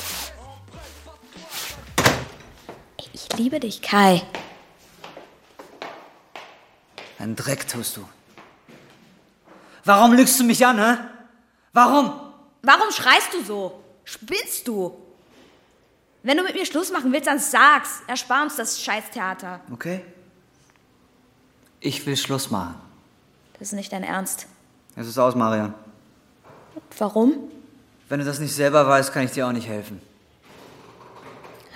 Speaker 3: Ich liebe dich, Kai.
Speaker 1: Einen Dreck tust du. Warum lügst du mich an, hä? Warum?
Speaker 20: Warum schreist du so? Spinnst du? Wenn du mit mir Schluss machen willst, dann sag's. Erspar uns das Scheißtheater.
Speaker 1: Okay. Ich will Schluss machen.
Speaker 3: Das ist nicht dein Ernst.
Speaker 1: Es ist aus, Marian.
Speaker 3: Warum?
Speaker 1: Wenn du das nicht selber weißt, kann ich dir auch nicht helfen.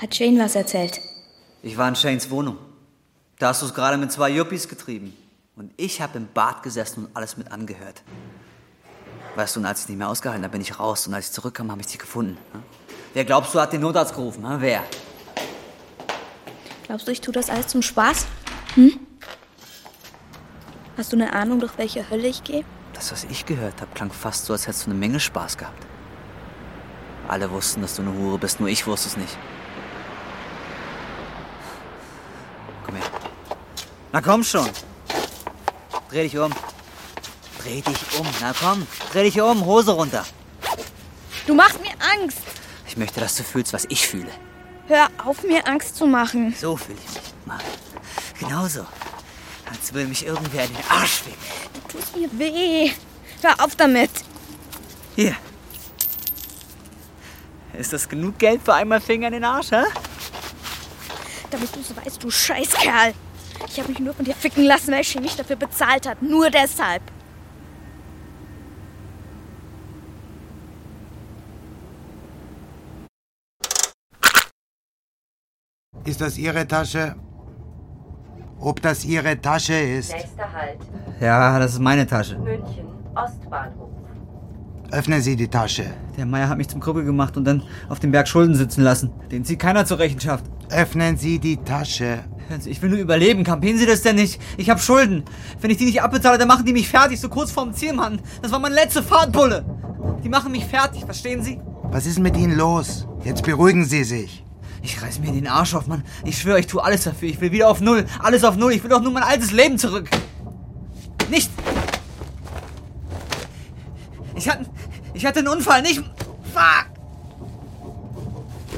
Speaker 3: Hat Shane was erzählt?
Speaker 1: Ich war in Shanes Wohnung. Da hast du es gerade mit zwei Yuppies getrieben. Und ich habe im Bad gesessen und alles mit angehört. Weißt du, und als ich nicht mehr ausgehalten habe, bin ich raus. Und als ich zurückkam, habe ich dich gefunden. hä? Wer glaubst du, hat den Notarzt gerufen? hä? Wer?
Speaker 3: Glaubst du, ich tue das alles zum Spaß? Hm? Hast du eine Ahnung, durch welche Hölle ich gehe?
Speaker 1: Das, was ich gehört habe, klang fast so, als hättest du eine Menge Spaß gehabt. Alle wussten, dass du eine Hure bist, nur ich wusste es nicht. Komm her. Na komm schon. Dreh dich um. Dreh dich um. Na komm, dreh dich um. Hose runter.
Speaker 20: Du machst mir Angst.
Speaker 21: Ich möchte, dass du fühlst, was ich fühle.
Speaker 13: Hör auf, mir Angst zu machen.
Speaker 21: So fühle ich mich. Mann. Genauso. Als würde mich irgendwer in den Arsch ficken.
Speaker 13: Du tust mir weh. Hör auf damit.
Speaker 21: Hier. Ist das genug Geld für einmal Finger in den Arsch, hä?
Speaker 13: Damit du es weißt, du Scheißkerl. Ich habe mich nur von dir ficken lassen, weil Shane mich dafür bezahlt hat. Nur deshalb.
Speaker 19: Ist das Ihre Tasche? Ob das Ihre Tasche ist?
Speaker 22: Nächster Halt,
Speaker 1: Ja, das ist meine Tasche.
Speaker 22: München, Ostbahnhof.
Speaker 19: Öffnen Sie die Tasche.
Speaker 1: Der Meier hat mich zum Krüppel gemacht und dann auf dem Berg Schulden sitzen lassen. Den zieht keiner zur Rechenschaft. Also,
Speaker 19: Öffnen Sie die Tasche.
Speaker 1: Ich will nur überleben. Kampien Sie das denn nicht? Ich habe Schulden. Wenn ich die nicht abbezahle, dann machen die mich fertig. So kurz vorm Ziel, Mann. Das war meine letzte Fahrt, Bulle. Die machen mich fertig, verstehen Sie?
Speaker 19: Was ist mit Ihnen los? Jetzt beruhigen Sie sich.
Speaker 1: Ich reiß mir den Arsch auf, Mann. Ich schwöre, ich tue alles dafür. Ich will wieder auf Null. Alles auf Null. Ich will doch nur mein altes Leben zurück. Nicht. Ich hatte, ich hatte einen Unfall. Nicht. Fuck.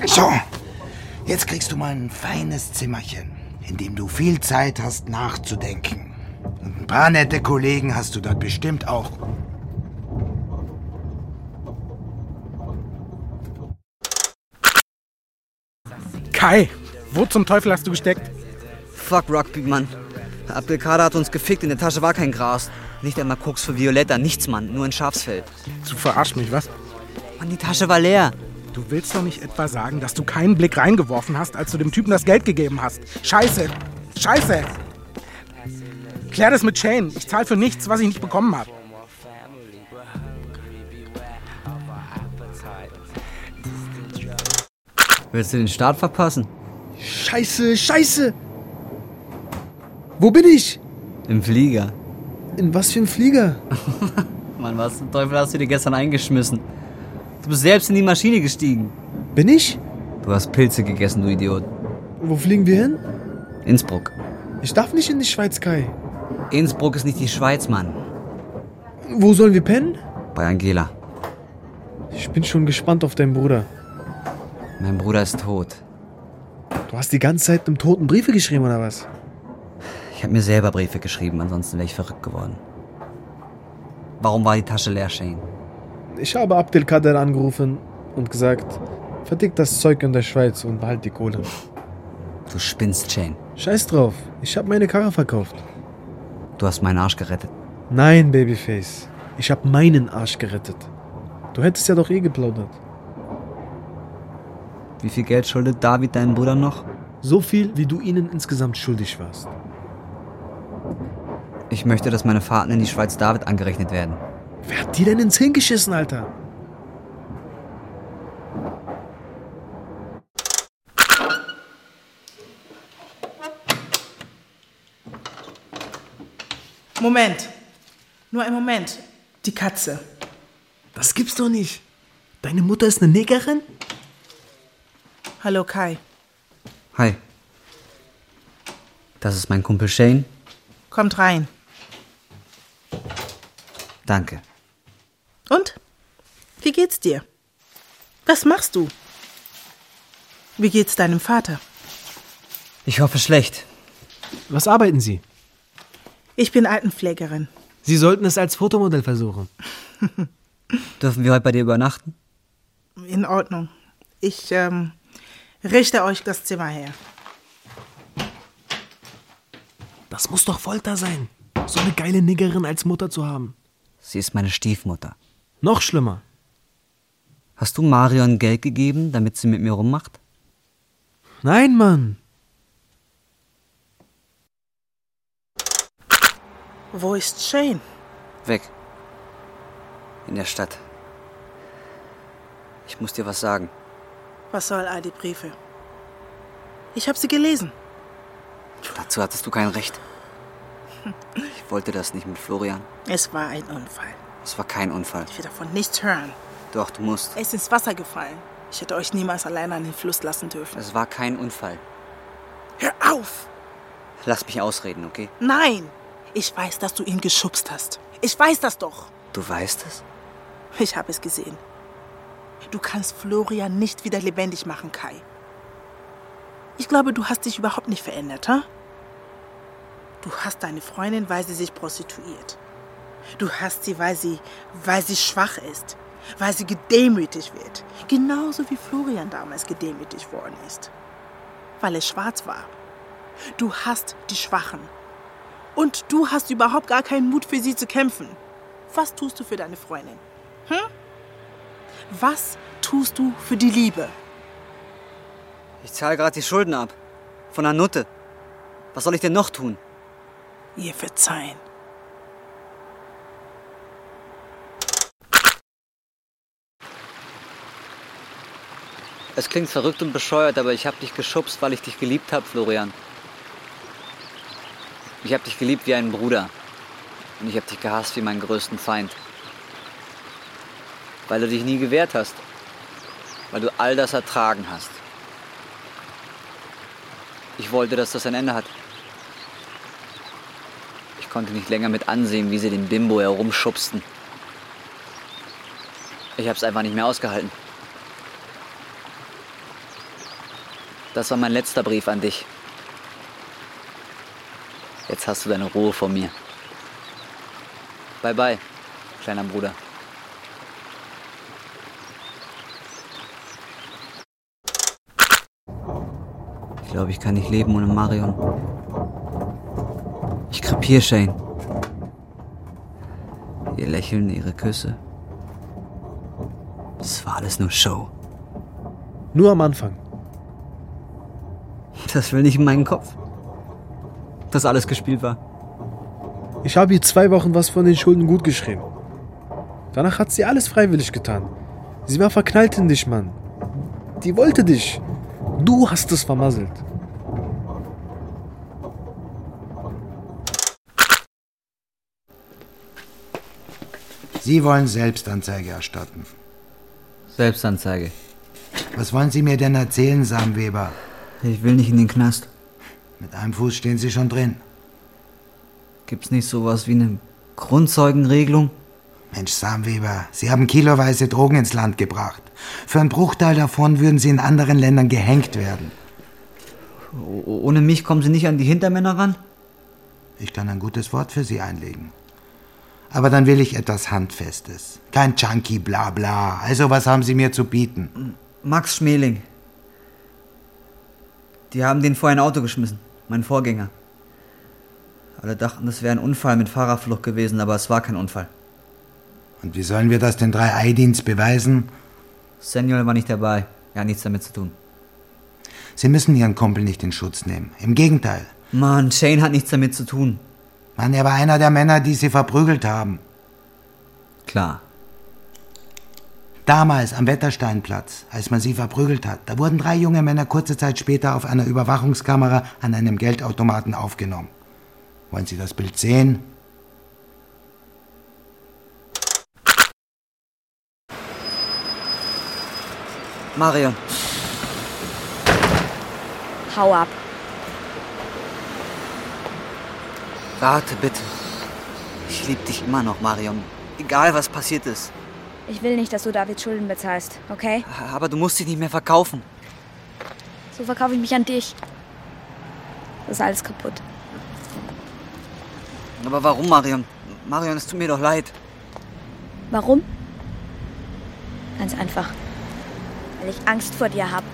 Speaker 19: So, jetzt kriegst du mal ein feines Zimmerchen, in dem du viel Zeit hast nachzudenken. Und ein paar nette Kollegen hast du dort bestimmt auch.
Speaker 7: Kai, wo zum Teufel hast du gesteckt?
Speaker 1: Fuck Rugby, Mann. Abdelkader hat uns gefickt. In der Tasche war kein Gras. Nicht einmal Koks für Violetta. Nichts, Mann. Nur ein Schafsfell.
Speaker 7: Du verarsch mich, was?
Speaker 1: Mann, die Tasche war leer.
Speaker 7: Du willst doch nicht etwa sagen, dass du keinen Blick reingeworfen hast, als du dem Typen das Geld gegeben hast. Scheiße. Scheiße. Klär das mit Shane. Ich zahle für nichts, was ich nicht bekommen habe.
Speaker 1: Willst du den Start verpassen?
Speaker 2: Scheiße, scheiße! Wo bin ich?
Speaker 1: Im Flieger.
Speaker 2: In was für ein Flieger?
Speaker 1: Mann, was zum Teufel hast du dir gestern eingeschmissen? Du bist selbst in die Maschine gestiegen.
Speaker 2: Bin ich?
Speaker 1: Du hast Pilze gegessen, du Idiot.
Speaker 2: Wo fliegen wir hin?
Speaker 1: Innsbruck.
Speaker 2: Ich darf nicht in die Schweiz, Kai.
Speaker 1: Innsbruck ist nicht die Schweiz, Mann.
Speaker 2: Wo sollen wir pennen?
Speaker 1: Bei Angela.
Speaker 2: Ich bin schon gespannt auf deinen Bruder.
Speaker 1: Mein Bruder ist tot.
Speaker 2: Du hast die ganze Zeit einem Toten Briefe geschrieben, oder was?
Speaker 1: Ich habe mir selber Briefe geschrieben, ansonsten wäre ich verrückt geworden. Warum war die Tasche leer, Shane?
Speaker 2: Ich habe Abdelkader angerufen und gesagt, verdick das Zeug in der Schweiz und behalt die Kohle.
Speaker 1: Du spinnst, Shane.
Speaker 2: Scheiß drauf, ich habe meine Karre verkauft.
Speaker 1: Du hast meinen Arsch gerettet.
Speaker 2: Nein, Babyface, ich habe meinen Arsch gerettet. Du hättest ja doch eh geplaudert.
Speaker 1: Wie viel Geld schuldet David deinem Bruder noch?
Speaker 2: So viel, wie du ihnen insgesamt schuldig warst.
Speaker 1: Ich möchte, dass meine Fahrten in die Schweiz David angerechnet werden.
Speaker 2: Wer hat dir denn ins Hingeschissen, Alter?
Speaker 23: Moment. Nur ein Moment. Die Katze.
Speaker 2: Das gibt's doch nicht. Deine Mutter ist eine Negerin?
Speaker 23: Hallo Kai.
Speaker 1: Hi. Das ist mein Kumpel Shane.
Speaker 23: Kommt rein.
Speaker 1: Danke.
Speaker 23: Und? Wie geht's dir? Was machst du? Wie geht's deinem Vater?
Speaker 1: Ich hoffe schlecht.
Speaker 2: Was arbeiten Sie?
Speaker 23: Ich bin Altenpflegerin.
Speaker 2: Sie sollten es als Fotomodell versuchen.
Speaker 1: Dürfen wir heute bei dir übernachten?
Speaker 23: In Ordnung. Ich ähm, richte euch das Zimmer her.
Speaker 2: Das muss doch Folter sein, so eine geile Niggerin als Mutter zu haben.
Speaker 1: Sie ist meine Stiefmutter.
Speaker 2: Noch schlimmer.
Speaker 1: Hast du Marion Geld gegeben, damit sie mit mir rummacht?
Speaker 2: Nein, Mann.
Speaker 23: Wo ist Shane?
Speaker 1: Weg. In der Stadt. Ich muss dir was sagen.
Speaker 23: Was soll all die Briefe? Ich habe sie gelesen.
Speaker 1: Dazu hattest du kein Recht. Ich wollte das nicht mit Florian.
Speaker 23: Es war ein Unfall.
Speaker 1: Es war kein Unfall.
Speaker 23: Ich will davon nichts hören.
Speaker 1: Doch, du musst.
Speaker 23: Er ist ins Wasser gefallen. Ich hätte euch niemals alleine an den Fluss lassen dürfen.
Speaker 1: Es war kein Unfall.
Speaker 23: Hör auf!
Speaker 1: Lass mich ausreden, okay?
Speaker 23: Nein! Ich weiß, dass du ihn geschubst hast. Ich weiß das doch.
Speaker 1: Du weißt es?
Speaker 23: Ich habe es gesehen. Du kannst Florian nicht wieder lebendig machen, Kai. Ich glaube, du hast dich überhaupt nicht verändert, ha? Du hast deine Freundin, weil sie sich prostituiert. Du hast sie, weil sie, weil sie schwach ist, weil sie gedemütigt wird. Genauso wie Florian damals gedemütigt worden ist, weil er schwarz war. Du hast die Schwachen. Und du hast überhaupt gar keinen Mut, für sie zu kämpfen. Was tust du für deine Freundin? Hm? Was tust du für die Liebe?
Speaker 1: Ich zahle gerade die Schulden ab. Von der Nutte. Was soll ich denn noch tun?
Speaker 23: Ihr verzeihen.
Speaker 1: Es klingt verrückt und bescheuert, aber ich hab dich geschubst, weil ich dich geliebt hab, Florian. Ich hab dich geliebt wie einen Bruder. Und ich hab dich gehasst wie meinen größten Feind. Weil du dich nie gewehrt hast. Weil du all das ertragen hast. Ich wollte, dass das ein Ende hat. Ich konnte nicht länger mit ansehen, wie sie den Bimbo herumschubsten. Ich hab's einfach nicht mehr ausgehalten. Das war mein letzter Brief an dich. Jetzt hast du deine Ruhe vor mir. Bye bye, kleiner Bruder. Ich glaube, ich kann nicht leben ohne Marion. Ich krepiere Shane. Ihr Lächeln, ihre Küsse. Das war alles nur Show.
Speaker 2: Nur am Anfang.
Speaker 1: Das will nicht in meinen Kopf. Dass alles gespielt war.
Speaker 2: Ich habe ihr zwei Wochen was von den Schulden gutgeschrieben. Danach hat sie alles freiwillig getan. Sie war verknallt in dich, Mann. Die wollte dich. Du hast es vermasselt.
Speaker 19: Sie wollen Selbstanzeige erstatten.
Speaker 1: Selbstanzeige.
Speaker 19: Was wollen Sie mir denn erzählen, Samweber?
Speaker 1: Ich will nicht in den Knast.
Speaker 19: Mit einem Fuß stehen Sie schon drin.
Speaker 1: Gibt's nicht sowas wie eine Grundzeugenregelung?
Speaker 19: Mensch, Samweber, Sie haben kiloweise Drogen ins Land gebracht. Für einen Bruchteil davon würden Sie in anderen Ländern gehängt werden.
Speaker 1: O- Ohne mich kommen sie nicht an die Hintermänner ran?
Speaker 19: Ich kann ein gutes Wort für Sie einlegen. Aber dann will ich etwas Handfestes. Kein Junkie, bla bla. Also was haben Sie mir zu bieten?
Speaker 1: Max Schmeling. Die haben den vor ein Auto geschmissen, mein Vorgänger. Alle dachten, das wäre ein Unfall mit Fahrerflucht gewesen, aber es war kein Unfall.
Speaker 19: Und wie sollen wir das den drei Eidins beweisen?
Speaker 1: Samuel war nicht dabei. Er hat nichts damit zu tun.
Speaker 19: Sie müssen Ihren Kumpel nicht in Schutz nehmen. Im Gegenteil.
Speaker 1: Mann, Shane hat nichts damit zu tun.
Speaker 19: Mann, er war einer der Männer, die Sie verprügelt haben.
Speaker 1: Klar.
Speaker 19: Damals am Wettersteinplatz, als man sie verprügelt hat, da wurden drei junge Männer kurze Zeit später auf einer Überwachungskamera an einem Geldautomaten aufgenommen. Wollen Sie das Bild sehen?
Speaker 1: Marion.
Speaker 24: Hau ab.
Speaker 1: Warte bitte. Ich liebe dich immer noch, Marion. Egal was passiert ist.
Speaker 24: Ich will nicht, dass du Davids Schulden bezahlst, okay?
Speaker 1: Aber du musst dich nicht mehr verkaufen.
Speaker 24: So verkaufe ich mich an dich. Das ist alles kaputt.
Speaker 1: Aber warum, Marion? Marion, es tut mir doch leid.
Speaker 24: Warum? Ganz einfach. Weil ich Angst vor dir habe.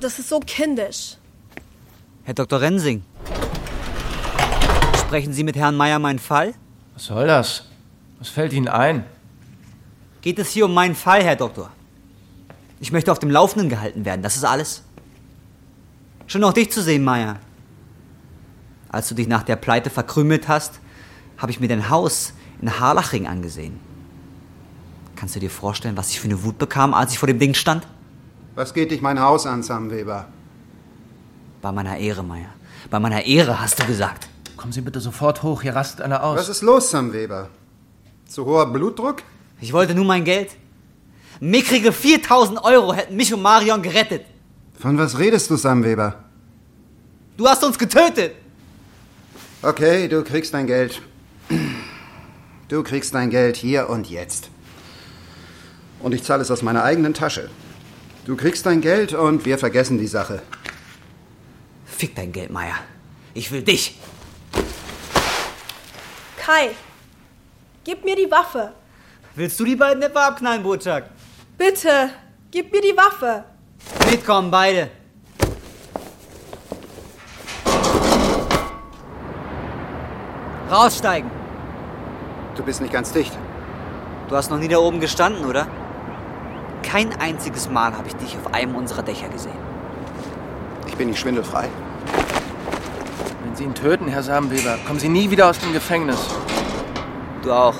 Speaker 4: Das ist so kindisch.
Speaker 1: Herr Dr. Rensing. Sprechen Sie mit Herrn Meier meinen Fall?
Speaker 9: Was soll das? Was fällt Ihnen ein?
Speaker 1: Geht es hier um meinen Fall, Herr Doktor? Ich möchte auf dem Laufenden gehalten werden, das ist alles. Schön auch dich zu sehen, Meier. Als du dich nach der Pleite verkrümelt hast, habe ich mir dein Haus in Harlaching angesehen. Kannst du dir vorstellen, was ich für eine Wut bekam, als ich vor dem Ding stand?
Speaker 11: Was geht dich mein Haus an, Sam Weber?
Speaker 1: Bei meiner Ehre, Meier. Bei meiner Ehre, hast du gesagt.
Speaker 9: Kommen Sie bitte sofort hoch, hier rastet einer aus.
Speaker 11: Was ist los, Sam Weber? Zu hoher Blutdruck?
Speaker 1: Ich wollte nur mein Geld. Mickrige 4000 Euro hätten mich und Marion gerettet.
Speaker 11: Von was redest du, Sam Weber?
Speaker 1: Du hast uns getötet.
Speaker 21: Okay, du kriegst dein Geld. Du kriegst dein Geld hier und jetzt. Und ich zahle es aus meiner eigenen Tasche. Du kriegst dein Geld und wir vergessen die Sache.
Speaker 1: Fick dein Geld, Meier. Ich will dich.
Speaker 4: Kai, gib mir die Waffe.
Speaker 1: Willst du die beiden etwa abknallen, Botschak?
Speaker 4: Bitte, gib mir die Waffe.
Speaker 1: Mitkommen, beide. Raussteigen.
Speaker 21: Du bist nicht ganz dicht.
Speaker 1: Du hast noch nie da oben gestanden, oder? Kein einziges Mal habe ich dich auf einem unserer Dächer gesehen.
Speaker 21: Ich bin nicht schwindelfrei.
Speaker 12: Wenn Sie ihn töten, Herr Samenweber, kommen Sie nie wieder aus dem Gefängnis.
Speaker 1: Du auch.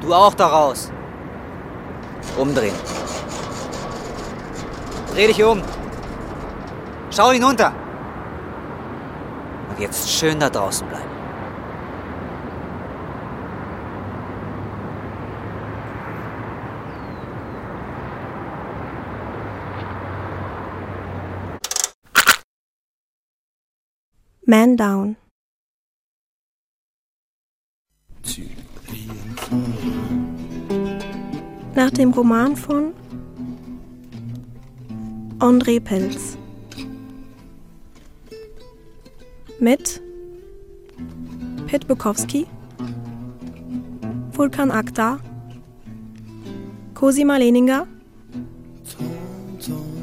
Speaker 1: Du auch da raus. Umdrehen. Dreh dich um. Schau hinunter. Und jetzt schön da draußen bleiben.
Speaker 4: Man down. Nach dem Roman von André Pilz. Mit Pit Bukowski, Vulkan Akta, Cosima Leninger,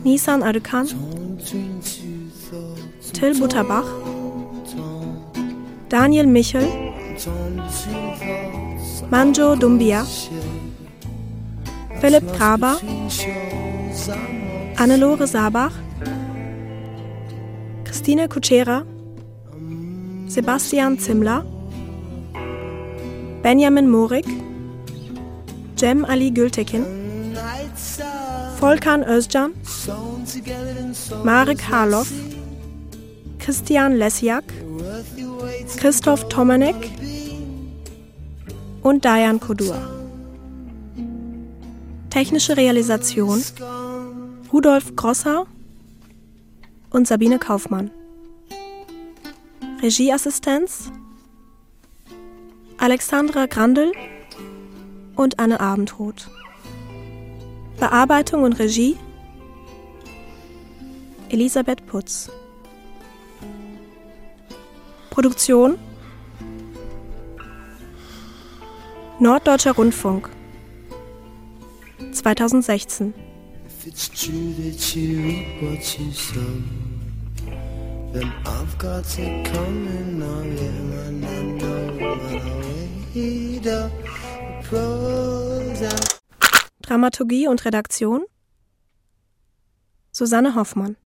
Speaker 4: Nisan Arkan, Till Butterbach, Daniel Michel, Manjo Dumbia, Philipp Graber, Annelore Sabach, Christine Kutschera, Sebastian Zimmler, Benjamin Morik, Jem Ali Gültekin, Volkan Özcan, Marek Harloff, Christian Lessiak, Christoph Tomanek und Dayan Kodur. Technische Realisation Rudolf Grosser und Sabine Kaufmann. Regieassistenz Alexandra Grandel und Anne Abendroth. Bearbeitung und Regie Elisabeth Putz. Produktion Norddeutscher Rundfunk 2016
Speaker 13: If it's true that you reap what you sow, then I've got it coming on, yeah, and I know that I'll wait up. Prozac.
Speaker 4: Dramaturgie und Redaktion Susanne Hoffmann